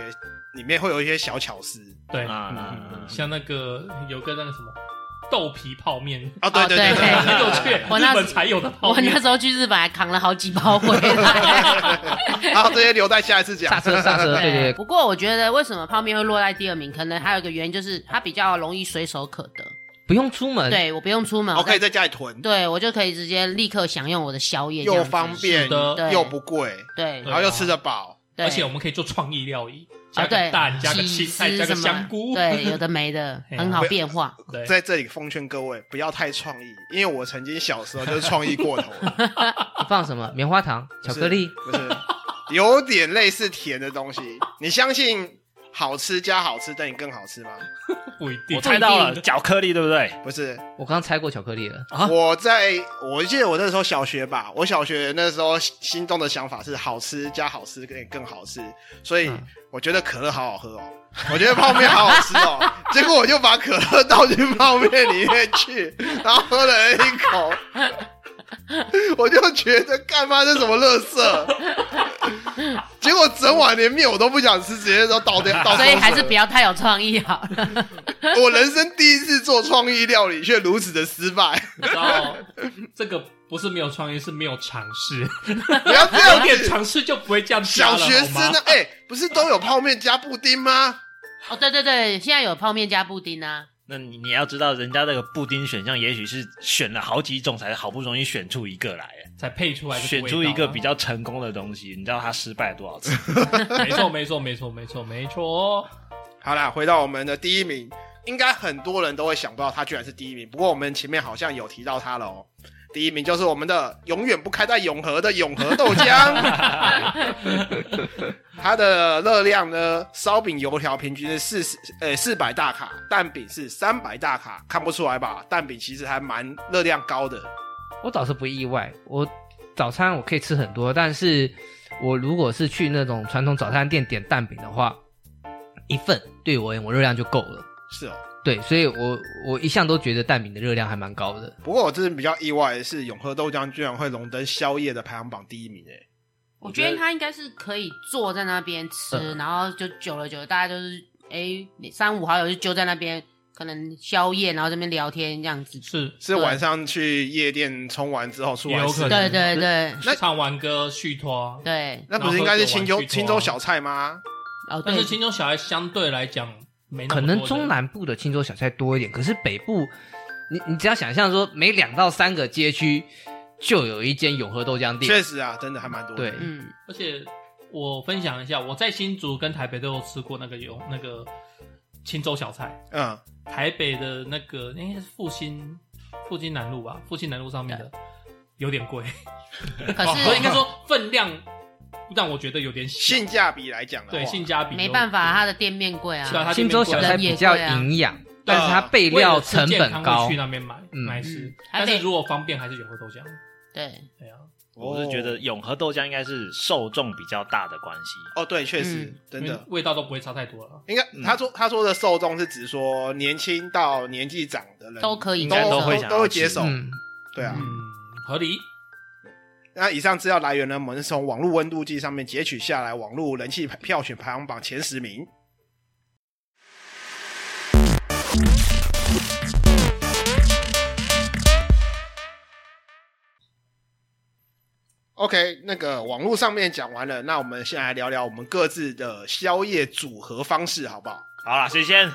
[SPEAKER 5] 里面会有一些小巧思
[SPEAKER 1] 对，嗯
[SPEAKER 4] 啊，
[SPEAKER 1] 像那个有个那个什么豆皮泡面，
[SPEAKER 5] 啊，对
[SPEAKER 3] 哦
[SPEAKER 5] 对
[SPEAKER 3] 对
[SPEAKER 5] 对
[SPEAKER 1] 很有趣，
[SPEAKER 3] 我那
[SPEAKER 1] 日本才有的泡
[SPEAKER 3] 我那
[SPEAKER 1] 面。
[SPEAKER 3] 时候去日本还扛了好几包 回来。
[SPEAKER 5] 对， 然后这些留在下一次讲。
[SPEAKER 2] 刹车刹车，对对对，
[SPEAKER 3] 不过我觉得为什么泡面会落在第二名，可能还有一个原因就是它比较容易随手可得。
[SPEAKER 2] 不用出
[SPEAKER 1] 嗯
[SPEAKER 2] 门。
[SPEAKER 3] 对我不用出门，
[SPEAKER 5] 我可以
[SPEAKER 3] 在
[SPEAKER 5] 在家里囤，
[SPEAKER 3] 对我就可以直接立刻享用我的宵夜，这
[SPEAKER 5] 又
[SPEAKER 3] 样子
[SPEAKER 5] 方。便
[SPEAKER 1] 是的
[SPEAKER 5] 又不贵，
[SPEAKER 3] 对
[SPEAKER 5] 然后又吃得饱。
[SPEAKER 3] 对，
[SPEAKER 1] 而且我们可以做创意料理，加
[SPEAKER 3] 啊
[SPEAKER 1] 个
[SPEAKER 3] 对
[SPEAKER 1] 蛋，加个
[SPEAKER 3] 起
[SPEAKER 1] 青
[SPEAKER 3] 司
[SPEAKER 1] 菜，加个
[SPEAKER 3] 什么
[SPEAKER 1] 香菇。
[SPEAKER 3] 对，有的没的，
[SPEAKER 1] 嘿啊
[SPEAKER 3] 很好变化。
[SPEAKER 1] 对，
[SPEAKER 5] 在这里奉劝各位不要太创意，因为我曾经小时候就是创意过头了，
[SPEAKER 2] 你放什么？棉花糖、巧克力，
[SPEAKER 5] 不是有点类似甜的东西。你相信好吃加好吃等于更好吃吗？
[SPEAKER 1] 不一定
[SPEAKER 4] 我。猜到了，巧克力对不对？
[SPEAKER 5] 不是，
[SPEAKER 2] 我刚刚猜过巧克力了。
[SPEAKER 4] 啊
[SPEAKER 5] 我在我记得我那时候小学吧，我小学那时候心动的想法是好吃加好吃更更好吃，所以
[SPEAKER 3] 嗯
[SPEAKER 5] 我觉得可乐好好喝哦，我觉得泡面好好 吃哦，结果我就把可乐倒进泡面里面去，然后喝了一口，我就觉得干妈这什么垃圾，结果整碗连面我都不想吃，直接都倒掉 倒
[SPEAKER 3] 所以还是
[SPEAKER 5] 不
[SPEAKER 3] 不要太有创意啊好了。
[SPEAKER 5] 我人生第一次做创意料理却如此的失败，
[SPEAKER 1] 你知道这个不是没有创意，是没有尝试，
[SPEAKER 5] 不要这
[SPEAKER 1] 有
[SPEAKER 5] 样
[SPEAKER 1] 点
[SPEAKER 5] 子。
[SPEAKER 1] 尝试就不会这样加
[SPEAKER 5] 小
[SPEAKER 1] 了。
[SPEAKER 5] 学
[SPEAKER 1] 好
[SPEAKER 5] 生
[SPEAKER 1] 吗
[SPEAKER 5] 呢？？哎、不是都有泡面加布丁吗？
[SPEAKER 3] 哦，对对对，现在有泡面加布丁啊，
[SPEAKER 4] 那你你要知道，人家那个布丁选项也许是选了好几种，才好不容易选出一个来，
[SPEAKER 1] 才配出来这
[SPEAKER 4] 选
[SPEAKER 1] 味道
[SPEAKER 4] 出一个
[SPEAKER 1] 啊
[SPEAKER 4] 比较成功的东西。你知道他失败多少 次？
[SPEAKER 1] 没错，没错，没错，没错，没错。
[SPEAKER 5] 好啦，回到我们的第一名，应该很多人都会想不到他居然是第一名。不过我们前面好像有提到他了哦。第一名就是我们的永远不开在永和的永和豆 浆，它的热量呢，烧饼油条平均是四十呃四百大卡，蛋饼是三百大卡，看不出来吧？蛋饼其实还蛮热量高的，
[SPEAKER 2] 我倒是不意外，我早餐我可以吃很多，但是我如果是去那种传统早餐店点蛋饼的话，一份对我而言我热量就够了。
[SPEAKER 5] 是哦。
[SPEAKER 2] 对，所以我我一向都觉得蛋饼的热量还蛮高的。
[SPEAKER 5] 不过我真的比较意外的是，永和豆浆居然会荣登宵夜的排行榜第一名诶、
[SPEAKER 3] 我觉得他应该是可以坐在那边吃，
[SPEAKER 2] 嗯
[SPEAKER 3] 然后就久了久了，大家就是哎、三五好友就揪在那边，可能宵夜，然后这边聊天这样子。
[SPEAKER 1] 是
[SPEAKER 5] 是晚上去夜店冲完之后出
[SPEAKER 1] 也
[SPEAKER 5] 来
[SPEAKER 1] 有
[SPEAKER 5] 吃
[SPEAKER 1] 可能
[SPEAKER 5] 的，
[SPEAKER 3] 对对对
[SPEAKER 5] 那
[SPEAKER 1] 唱完歌续啊托，
[SPEAKER 3] 对，
[SPEAKER 5] 那不是应该是青
[SPEAKER 1] 然后喝
[SPEAKER 5] 州
[SPEAKER 1] 酒完去啊拖
[SPEAKER 5] 青州小菜吗？
[SPEAKER 3] 哦
[SPEAKER 1] 但
[SPEAKER 3] 对
[SPEAKER 1] 是，青州小孩相对来讲没那
[SPEAKER 2] 可
[SPEAKER 1] 么多
[SPEAKER 2] 能
[SPEAKER 1] 人
[SPEAKER 2] 中南部的青州小菜多一点，可是北部，你你只要想象说，每两到三个街区就有一间永和豆浆
[SPEAKER 5] 确
[SPEAKER 2] 店。
[SPEAKER 5] 实啊，真的还蛮多的。
[SPEAKER 2] 对，
[SPEAKER 3] 嗯，
[SPEAKER 1] 而且我分享一下，我在新竹跟台北都有吃过那个有那个青州小菜，
[SPEAKER 5] 嗯，
[SPEAKER 1] 台北的那个应该是复兴复兴南路吧，复兴南路上面的有点贵，
[SPEAKER 3] 可
[SPEAKER 1] 哦
[SPEAKER 3] 是
[SPEAKER 1] 应该说分量让我觉得有点小
[SPEAKER 5] 性价比来讲的话，
[SPEAKER 1] 对性价比
[SPEAKER 3] 没办法，它的店面贵
[SPEAKER 1] 是啊
[SPEAKER 3] 啊。
[SPEAKER 1] 它
[SPEAKER 2] 青州小菜比较
[SPEAKER 1] 啊
[SPEAKER 2] 营养，但是它备
[SPEAKER 1] 为了
[SPEAKER 2] 料
[SPEAKER 1] 吃
[SPEAKER 2] 成
[SPEAKER 1] 健
[SPEAKER 2] 本
[SPEAKER 1] 康
[SPEAKER 2] 高
[SPEAKER 1] 会去。那边买
[SPEAKER 2] 嗯
[SPEAKER 1] 买吃，
[SPEAKER 3] 还
[SPEAKER 1] 但是
[SPEAKER 3] 得
[SPEAKER 1] 如果方便还是有喝豆浆。
[SPEAKER 3] 对，
[SPEAKER 1] 对啊，
[SPEAKER 4] 我是觉得永和豆浆应该是受众比较大的关系。
[SPEAKER 5] 哦，对，确实、
[SPEAKER 3] 嗯
[SPEAKER 5] 真的
[SPEAKER 1] 因为。味道都不会差太多了。
[SPEAKER 5] 应该他说他说的受众是指说年轻到年纪长的人
[SPEAKER 3] 都可以
[SPEAKER 5] 都
[SPEAKER 4] 应该
[SPEAKER 5] 都
[SPEAKER 4] 都会想要
[SPEAKER 5] 都会
[SPEAKER 4] 吃
[SPEAKER 5] 接受，
[SPEAKER 2] 嗯，
[SPEAKER 5] 对啊。
[SPEAKER 1] 嗯，合理。
[SPEAKER 5] 那以上资料来源呢，我们是从网络温度计上面截取下来网络人气票选排行榜前十名。OK，那个网络上面讲完了，那我们先来聊聊我们各自的宵夜组合方式，好不好？
[SPEAKER 4] 好啦，谁先？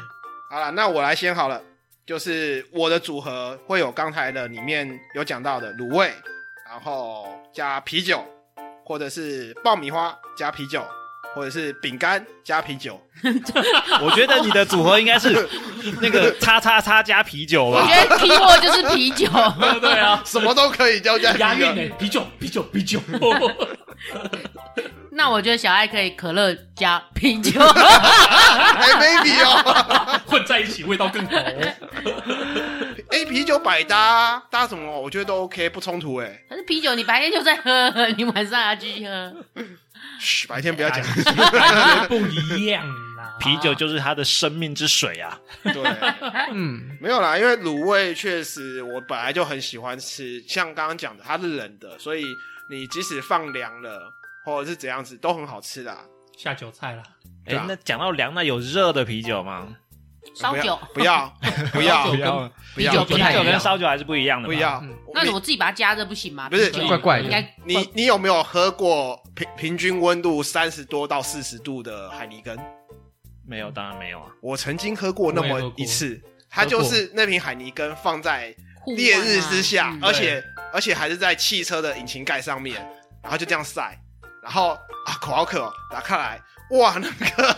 [SPEAKER 5] 好了，那我来先好了，就是我的组合会有刚才的里面有讲到的卤味，然后加啤酒，或者是爆米花加啤酒，或者是饼干加啤 酒。
[SPEAKER 4] 我觉得你的组合应该是那个叉叉叉加啤酒
[SPEAKER 3] 我
[SPEAKER 4] 吧。
[SPEAKER 3] 觉得 k e 就是啤酒，
[SPEAKER 1] 对对啊，
[SPEAKER 5] 什么都可以叫加
[SPEAKER 1] 押
[SPEAKER 5] 啤
[SPEAKER 1] 韵
[SPEAKER 5] 酒，
[SPEAKER 1] 呢，啤酒啤酒啤酒。
[SPEAKER 3] 那我觉得小爱可以可乐加啤 酒。
[SPEAKER 5] 还哎 maybe 哦，
[SPEAKER 1] 混在一起味道更好哦。
[SPEAKER 5] 哎、啤酒百搭搭什么，我觉得都 OK，不冲突哎、
[SPEAKER 3] 可是啤酒你白天就在喝，你晚上还要继续喝。
[SPEAKER 5] 嘘，白天不要讲，
[SPEAKER 1] 感觉不一样啊啦。
[SPEAKER 4] 啤酒就是他的生命之水啊！
[SPEAKER 5] 对。
[SPEAKER 2] 嗯，
[SPEAKER 5] 没有啦，因为卤味确实我本来就很喜欢吃，像刚刚讲的，它是冷的，所以你即使放凉了或者是怎样子都很好吃啦。
[SPEAKER 1] 下酒菜啦，
[SPEAKER 4] 哎、
[SPEAKER 5] 对啊
[SPEAKER 4] 那讲到凉，那有热的啤酒吗？
[SPEAKER 3] 烧酒，
[SPEAKER 5] 不要，不要，
[SPEAKER 1] 烧
[SPEAKER 5] 不
[SPEAKER 1] 酒
[SPEAKER 5] 要，
[SPEAKER 1] 跟嗯
[SPEAKER 5] 不
[SPEAKER 2] 啤
[SPEAKER 5] 要，
[SPEAKER 2] 酒
[SPEAKER 5] 不
[SPEAKER 2] 不
[SPEAKER 4] 啤
[SPEAKER 2] 太一
[SPEAKER 4] 酒
[SPEAKER 2] 样
[SPEAKER 4] 跟烧酒还是不一样的。
[SPEAKER 5] 不，要。
[SPEAKER 3] 那我
[SPEAKER 5] 你
[SPEAKER 3] 自己把它加热不行吗？
[SPEAKER 5] 不是
[SPEAKER 3] 啤酒
[SPEAKER 2] 怪怪
[SPEAKER 3] 应
[SPEAKER 2] 的
[SPEAKER 3] 该。
[SPEAKER 5] 你你有没有喝过平平均温度三十多到四十度的海尼根？
[SPEAKER 4] 没有，当然没有啊。
[SPEAKER 5] 我曾经喝过那
[SPEAKER 1] 我也喝
[SPEAKER 5] 么
[SPEAKER 1] 过
[SPEAKER 5] 一次，它就是那瓶海尼根放在
[SPEAKER 3] 户外啊
[SPEAKER 5] 烈日之下，呃
[SPEAKER 3] 嗯
[SPEAKER 5] 而且而且还是在汽车的引擎盖上面，然后就这样晒，然后啊口好渴、哦，打开来，哇，那个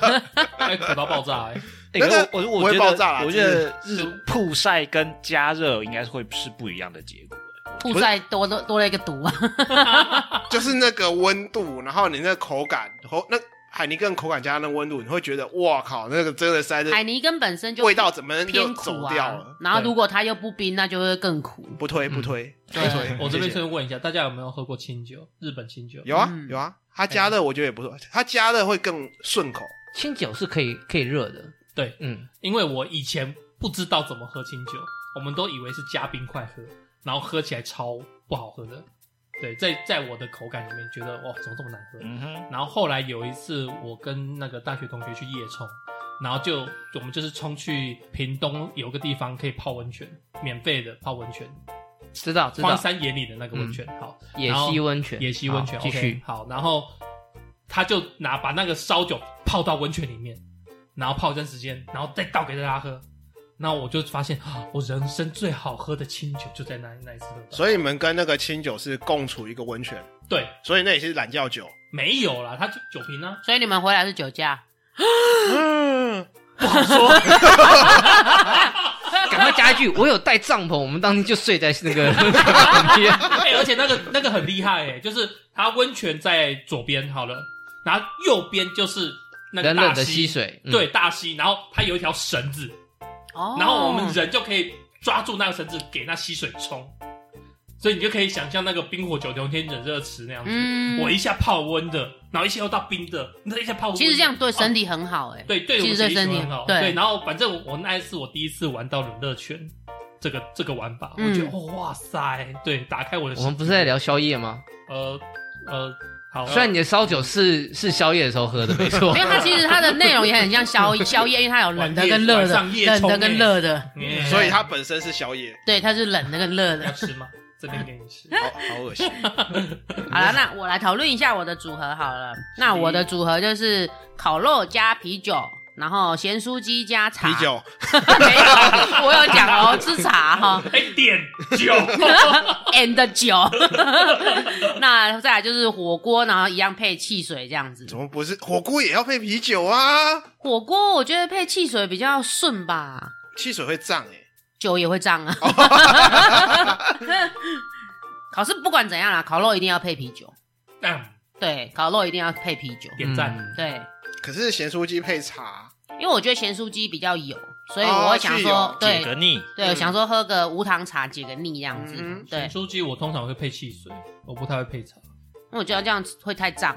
[SPEAKER 1] 哎，苦到爆 炸哎！
[SPEAKER 4] 哎
[SPEAKER 5] 那个
[SPEAKER 4] 可是我
[SPEAKER 5] 不
[SPEAKER 4] 我
[SPEAKER 5] 会
[SPEAKER 4] 觉得
[SPEAKER 5] 爆炸啦
[SPEAKER 4] 我觉得日曝晒跟加热应该会是不一样的结果。
[SPEAKER 3] 吐出来多了多了一个毒啊！
[SPEAKER 5] 就是那个温度，然后你那个口感，然后那海尼根口感加上那温度，你会觉得哇靠，那个真的塞
[SPEAKER 3] 海
[SPEAKER 5] 的
[SPEAKER 3] 尼根本身就
[SPEAKER 5] 味道怎么就
[SPEAKER 3] 偏苦
[SPEAKER 5] 走掉
[SPEAKER 3] 啊
[SPEAKER 5] 了？，
[SPEAKER 3] 然后如果它又不冰，那就会更苦。
[SPEAKER 5] 不推
[SPEAKER 4] 嗯
[SPEAKER 5] 不推，
[SPEAKER 3] 对
[SPEAKER 5] 不推
[SPEAKER 1] 我这边
[SPEAKER 5] 谢谢
[SPEAKER 1] 顺便问一下，大家有没有喝过清酒？日本清酒？
[SPEAKER 5] 有啊
[SPEAKER 3] 嗯
[SPEAKER 5] 有啊，它加热我觉得也不错，它加热会更顺口。
[SPEAKER 2] 清酒是可以可以热的。
[SPEAKER 1] 对，
[SPEAKER 2] 嗯，
[SPEAKER 1] 因为我以前不知道怎么喝清酒，我们都以为是加冰块喝，然后喝起来超不好喝的。对，在在我的口感里面，觉得哇，怎么这么难喝？
[SPEAKER 4] 嗯哼，
[SPEAKER 1] 然后后来有一次，我跟那个大学同学去夜冲，然后就我们就是冲去屏东有个地方可以泡温泉，免费的泡温泉，
[SPEAKER 2] 知道知
[SPEAKER 1] 荒
[SPEAKER 2] 道。
[SPEAKER 1] 山野里的那个温泉。好，
[SPEAKER 2] 野
[SPEAKER 1] 然后
[SPEAKER 2] 溪温泉，
[SPEAKER 1] 野溪温泉
[SPEAKER 2] 好继
[SPEAKER 1] OK，
[SPEAKER 2] 续。
[SPEAKER 1] 好，然后他就拿把那个烧酒泡到温泉里面，然后泡一段时间，然后再倒给大家喝。那我就发现，啊我人生最好喝的清酒就在那那一次喝到。
[SPEAKER 5] 所以你们跟那个清酒是共处一个温泉，
[SPEAKER 1] 对，
[SPEAKER 5] 所以那也是懒觉酒。
[SPEAKER 1] 没有啦，他就酒瓶 啊，
[SPEAKER 3] 所以你们回来是酒驾，
[SPEAKER 5] 嗯，
[SPEAKER 2] 赶快加一句，我有带帐篷，我们当天就睡在那 个旁边。
[SPEAKER 1] 哎、而且那个那个很厉害哎、就是它温泉在左边好了，然后右边就是那个
[SPEAKER 2] 冷
[SPEAKER 1] 大
[SPEAKER 2] 冷的溪水，嗯
[SPEAKER 1] 对，大溪，然后它有一条绳子，
[SPEAKER 3] 哦
[SPEAKER 1] 然后我们人就可以抓住那个绳子给那溪水冲，所以你就可以想象那个冰火九重天冷热池那样子，
[SPEAKER 3] 嗯
[SPEAKER 1] 我一下泡温的，然后一下又到冰的，那一下泡温的，
[SPEAKER 3] 其实这样对身
[SPEAKER 1] 体、
[SPEAKER 3] 体很好哎，
[SPEAKER 1] 对对我
[SPEAKER 3] 其
[SPEAKER 1] 们
[SPEAKER 3] 实
[SPEAKER 1] 身
[SPEAKER 3] 对
[SPEAKER 1] 体
[SPEAKER 3] 身体
[SPEAKER 1] 很好，
[SPEAKER 3] 对
[SPEAKER 1] 然后反正我我那一次我第一次玩到冷热圈。这个这个玩法，我觉得、
[SPEAKER 3] 嗯
[SPEAKER 1] 哦哇塞，对，打开我的世界。
[SPEAKER 2] 我们不是在聊宵夜吗？
[SPEAKER 1] 呃呃，好，
[SPEAKER 2] 虽然你的烧酒是是宵夜的时候喝的，没 错
[SPEAKER 3] 因。为它其实它的内容也很像宵宵夜，因为它有冷的跟 热
[SPEAKER 1] 晚
[SPEAKER 3] 的，
[SPEAKER 1] 上夜
[SPEAKER 3] 冷
[SPEAKER 1] 冲
[SPEAKER 3] 的
[SPEAKER 1] 欸
[SPEAKER 3] 跟热的，
[SPEAKER 1] 嗯
[SPEAKER 5] 所以它本身是宵夜，
[SPEAKER 3] 对，它是冷的跟热
[SPEAKER 1] 要
[SPEAKER 3] 的。
[SPEAKER 1] 吃吗？这边给你吃。
[SPEAKER 5] 好 好恶心。
[SPEAKER 3] 好了，那我来讨论一下我的组合好了。那我的组合就是烤肉加啤酒，然后咸酥鸡加茶。
[SPEAKER 5] 啤酒，
[SPEAKER 3] 没有，我有讲哦，是茶 哈、
[SPEAKER 1] 哎，点 酒，
[SPEAKER 3] and 酒。 那再来就是火锅，然后一样配汽水这样子。
[SPEAKER 5] 怎么不是火锅也要配啤酒啊？
[SPEAKER 3] 火锅我觉得配汽水比较顺吧，
[SPEAKER 5] 汽水会胀哎、
[SPEAKER 3] 酒也会胀 啊。 考试不管怎样啦，烤肉一定要配啤酒。
[SPEAKER 1] 嗯
[SPEAKER 3] 对，烤肉一定要配啤酒。
[SPEAKER 1] 点赞。
[SPEAKER 2] 嗯
[SPEAKER 3] 对，
[SPEAKER 5] 可是咸酥鸡配茶，
[SPEAKER 3] 因为我觉得咸酥鸡比较油，所以我会想说
[SPEAKER 5] 哦，
[SPEAKER 4] 解
[SPEAKER 3] 对
[SPEAKER 4] 个腻，
[SPEAKER 3] 对，
[SPEAKER 5] 嗯
[SPEAKER 3] 我想说喝个无糖茶解个腻这样子。
[SPEAKER 5] 嗯
[SPEAKER 3] 对，
[SPEAKER 1] 酥鸡我通常会配汽水，我不太会配茶。
[SPEAKER 3] 因为我觉得这样会太胀。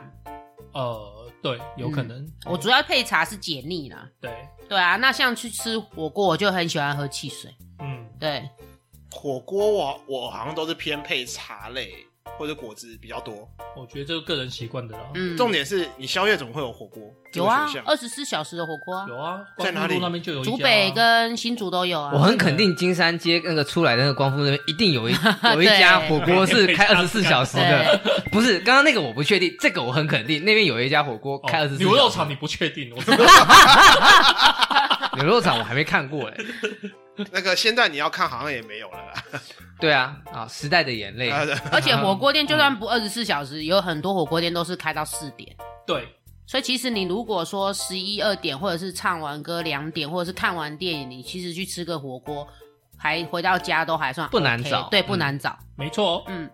[SPEAKER 1] 呃，对，有可能。
[SPEAKER 3] 我主要配茶是解腻啦。
[SPEAKER 1] 对，
[SPEAKER 3] 对啊，那像去吃火锅，我就很喜欢喝汽水。
[SPEAKER 1] 嗯，
[SPEAKER 3] 对，
[SPEAKER 5] 哦火锅我我好像都是偏配茶类或者果汁比较多。
[SPEAKER 1] 我觉得这个个人习惯的啦。
[SPEAKER 3] 嗯，
[SPEAKER 5] 重点是你宵夜怎么会有火锅？这
[SPEAKER 3] 有
[SPEAKER 5] 个
[SPEAKER 3] 啊
[SPEAKER 5] 选，项
[SPEAKER 3] 二十四小时的火锅啊，
[SPEAKER 1] 有啊，
[SPEAKER 5] 在哪
[SPEAKER 1] 光复路
[SPEAKER 5] 里
[SPEAKER 1] 那边就有一家啊
[SPEAKER 3] 竹北跟新竹都有啊。
[SPEAKER 2] 我很肯定金山街那个出来的那个光复那边一 定有一有一家火锅是开二十四小时的，不是刚刚那个我不确定，这个我很肯定，那边有一家火锅
[SPEAKER 1] 哦
[SPEAKER 2] 开二十四
[SPEAKER 1] 牛肉肠，你不确定？我知道
[SPEAKER 2] 牛肉厂我还没看过 哎，
[SPEAKER 5] 那个现在你要看好像也没有了啦。对
[SPEAKER 2] 对啊啊，时代的眼 泪，
[SPEAKER 3] 而且火锅店就算不二十四小时，有很多火锅店都是开到四点。
[SPEAKER 1] 对，
[SPEAKER 3] 所以其实你如果说十一二点，或者是唱完歌两点，或者是看完电影，你其实去吃个火锅，还回到家都还算
[SPEAKER 2] 不难
[SPEAKER 3] OK，
[SPEAKER 2] 找
[SPEAKER 3] 对，不
[SPEAKER 2] 嗯
[SPEAKER 3] 难找。
[SPEAKER 1] 没错哦。
[SPEAKER 3] 嗯，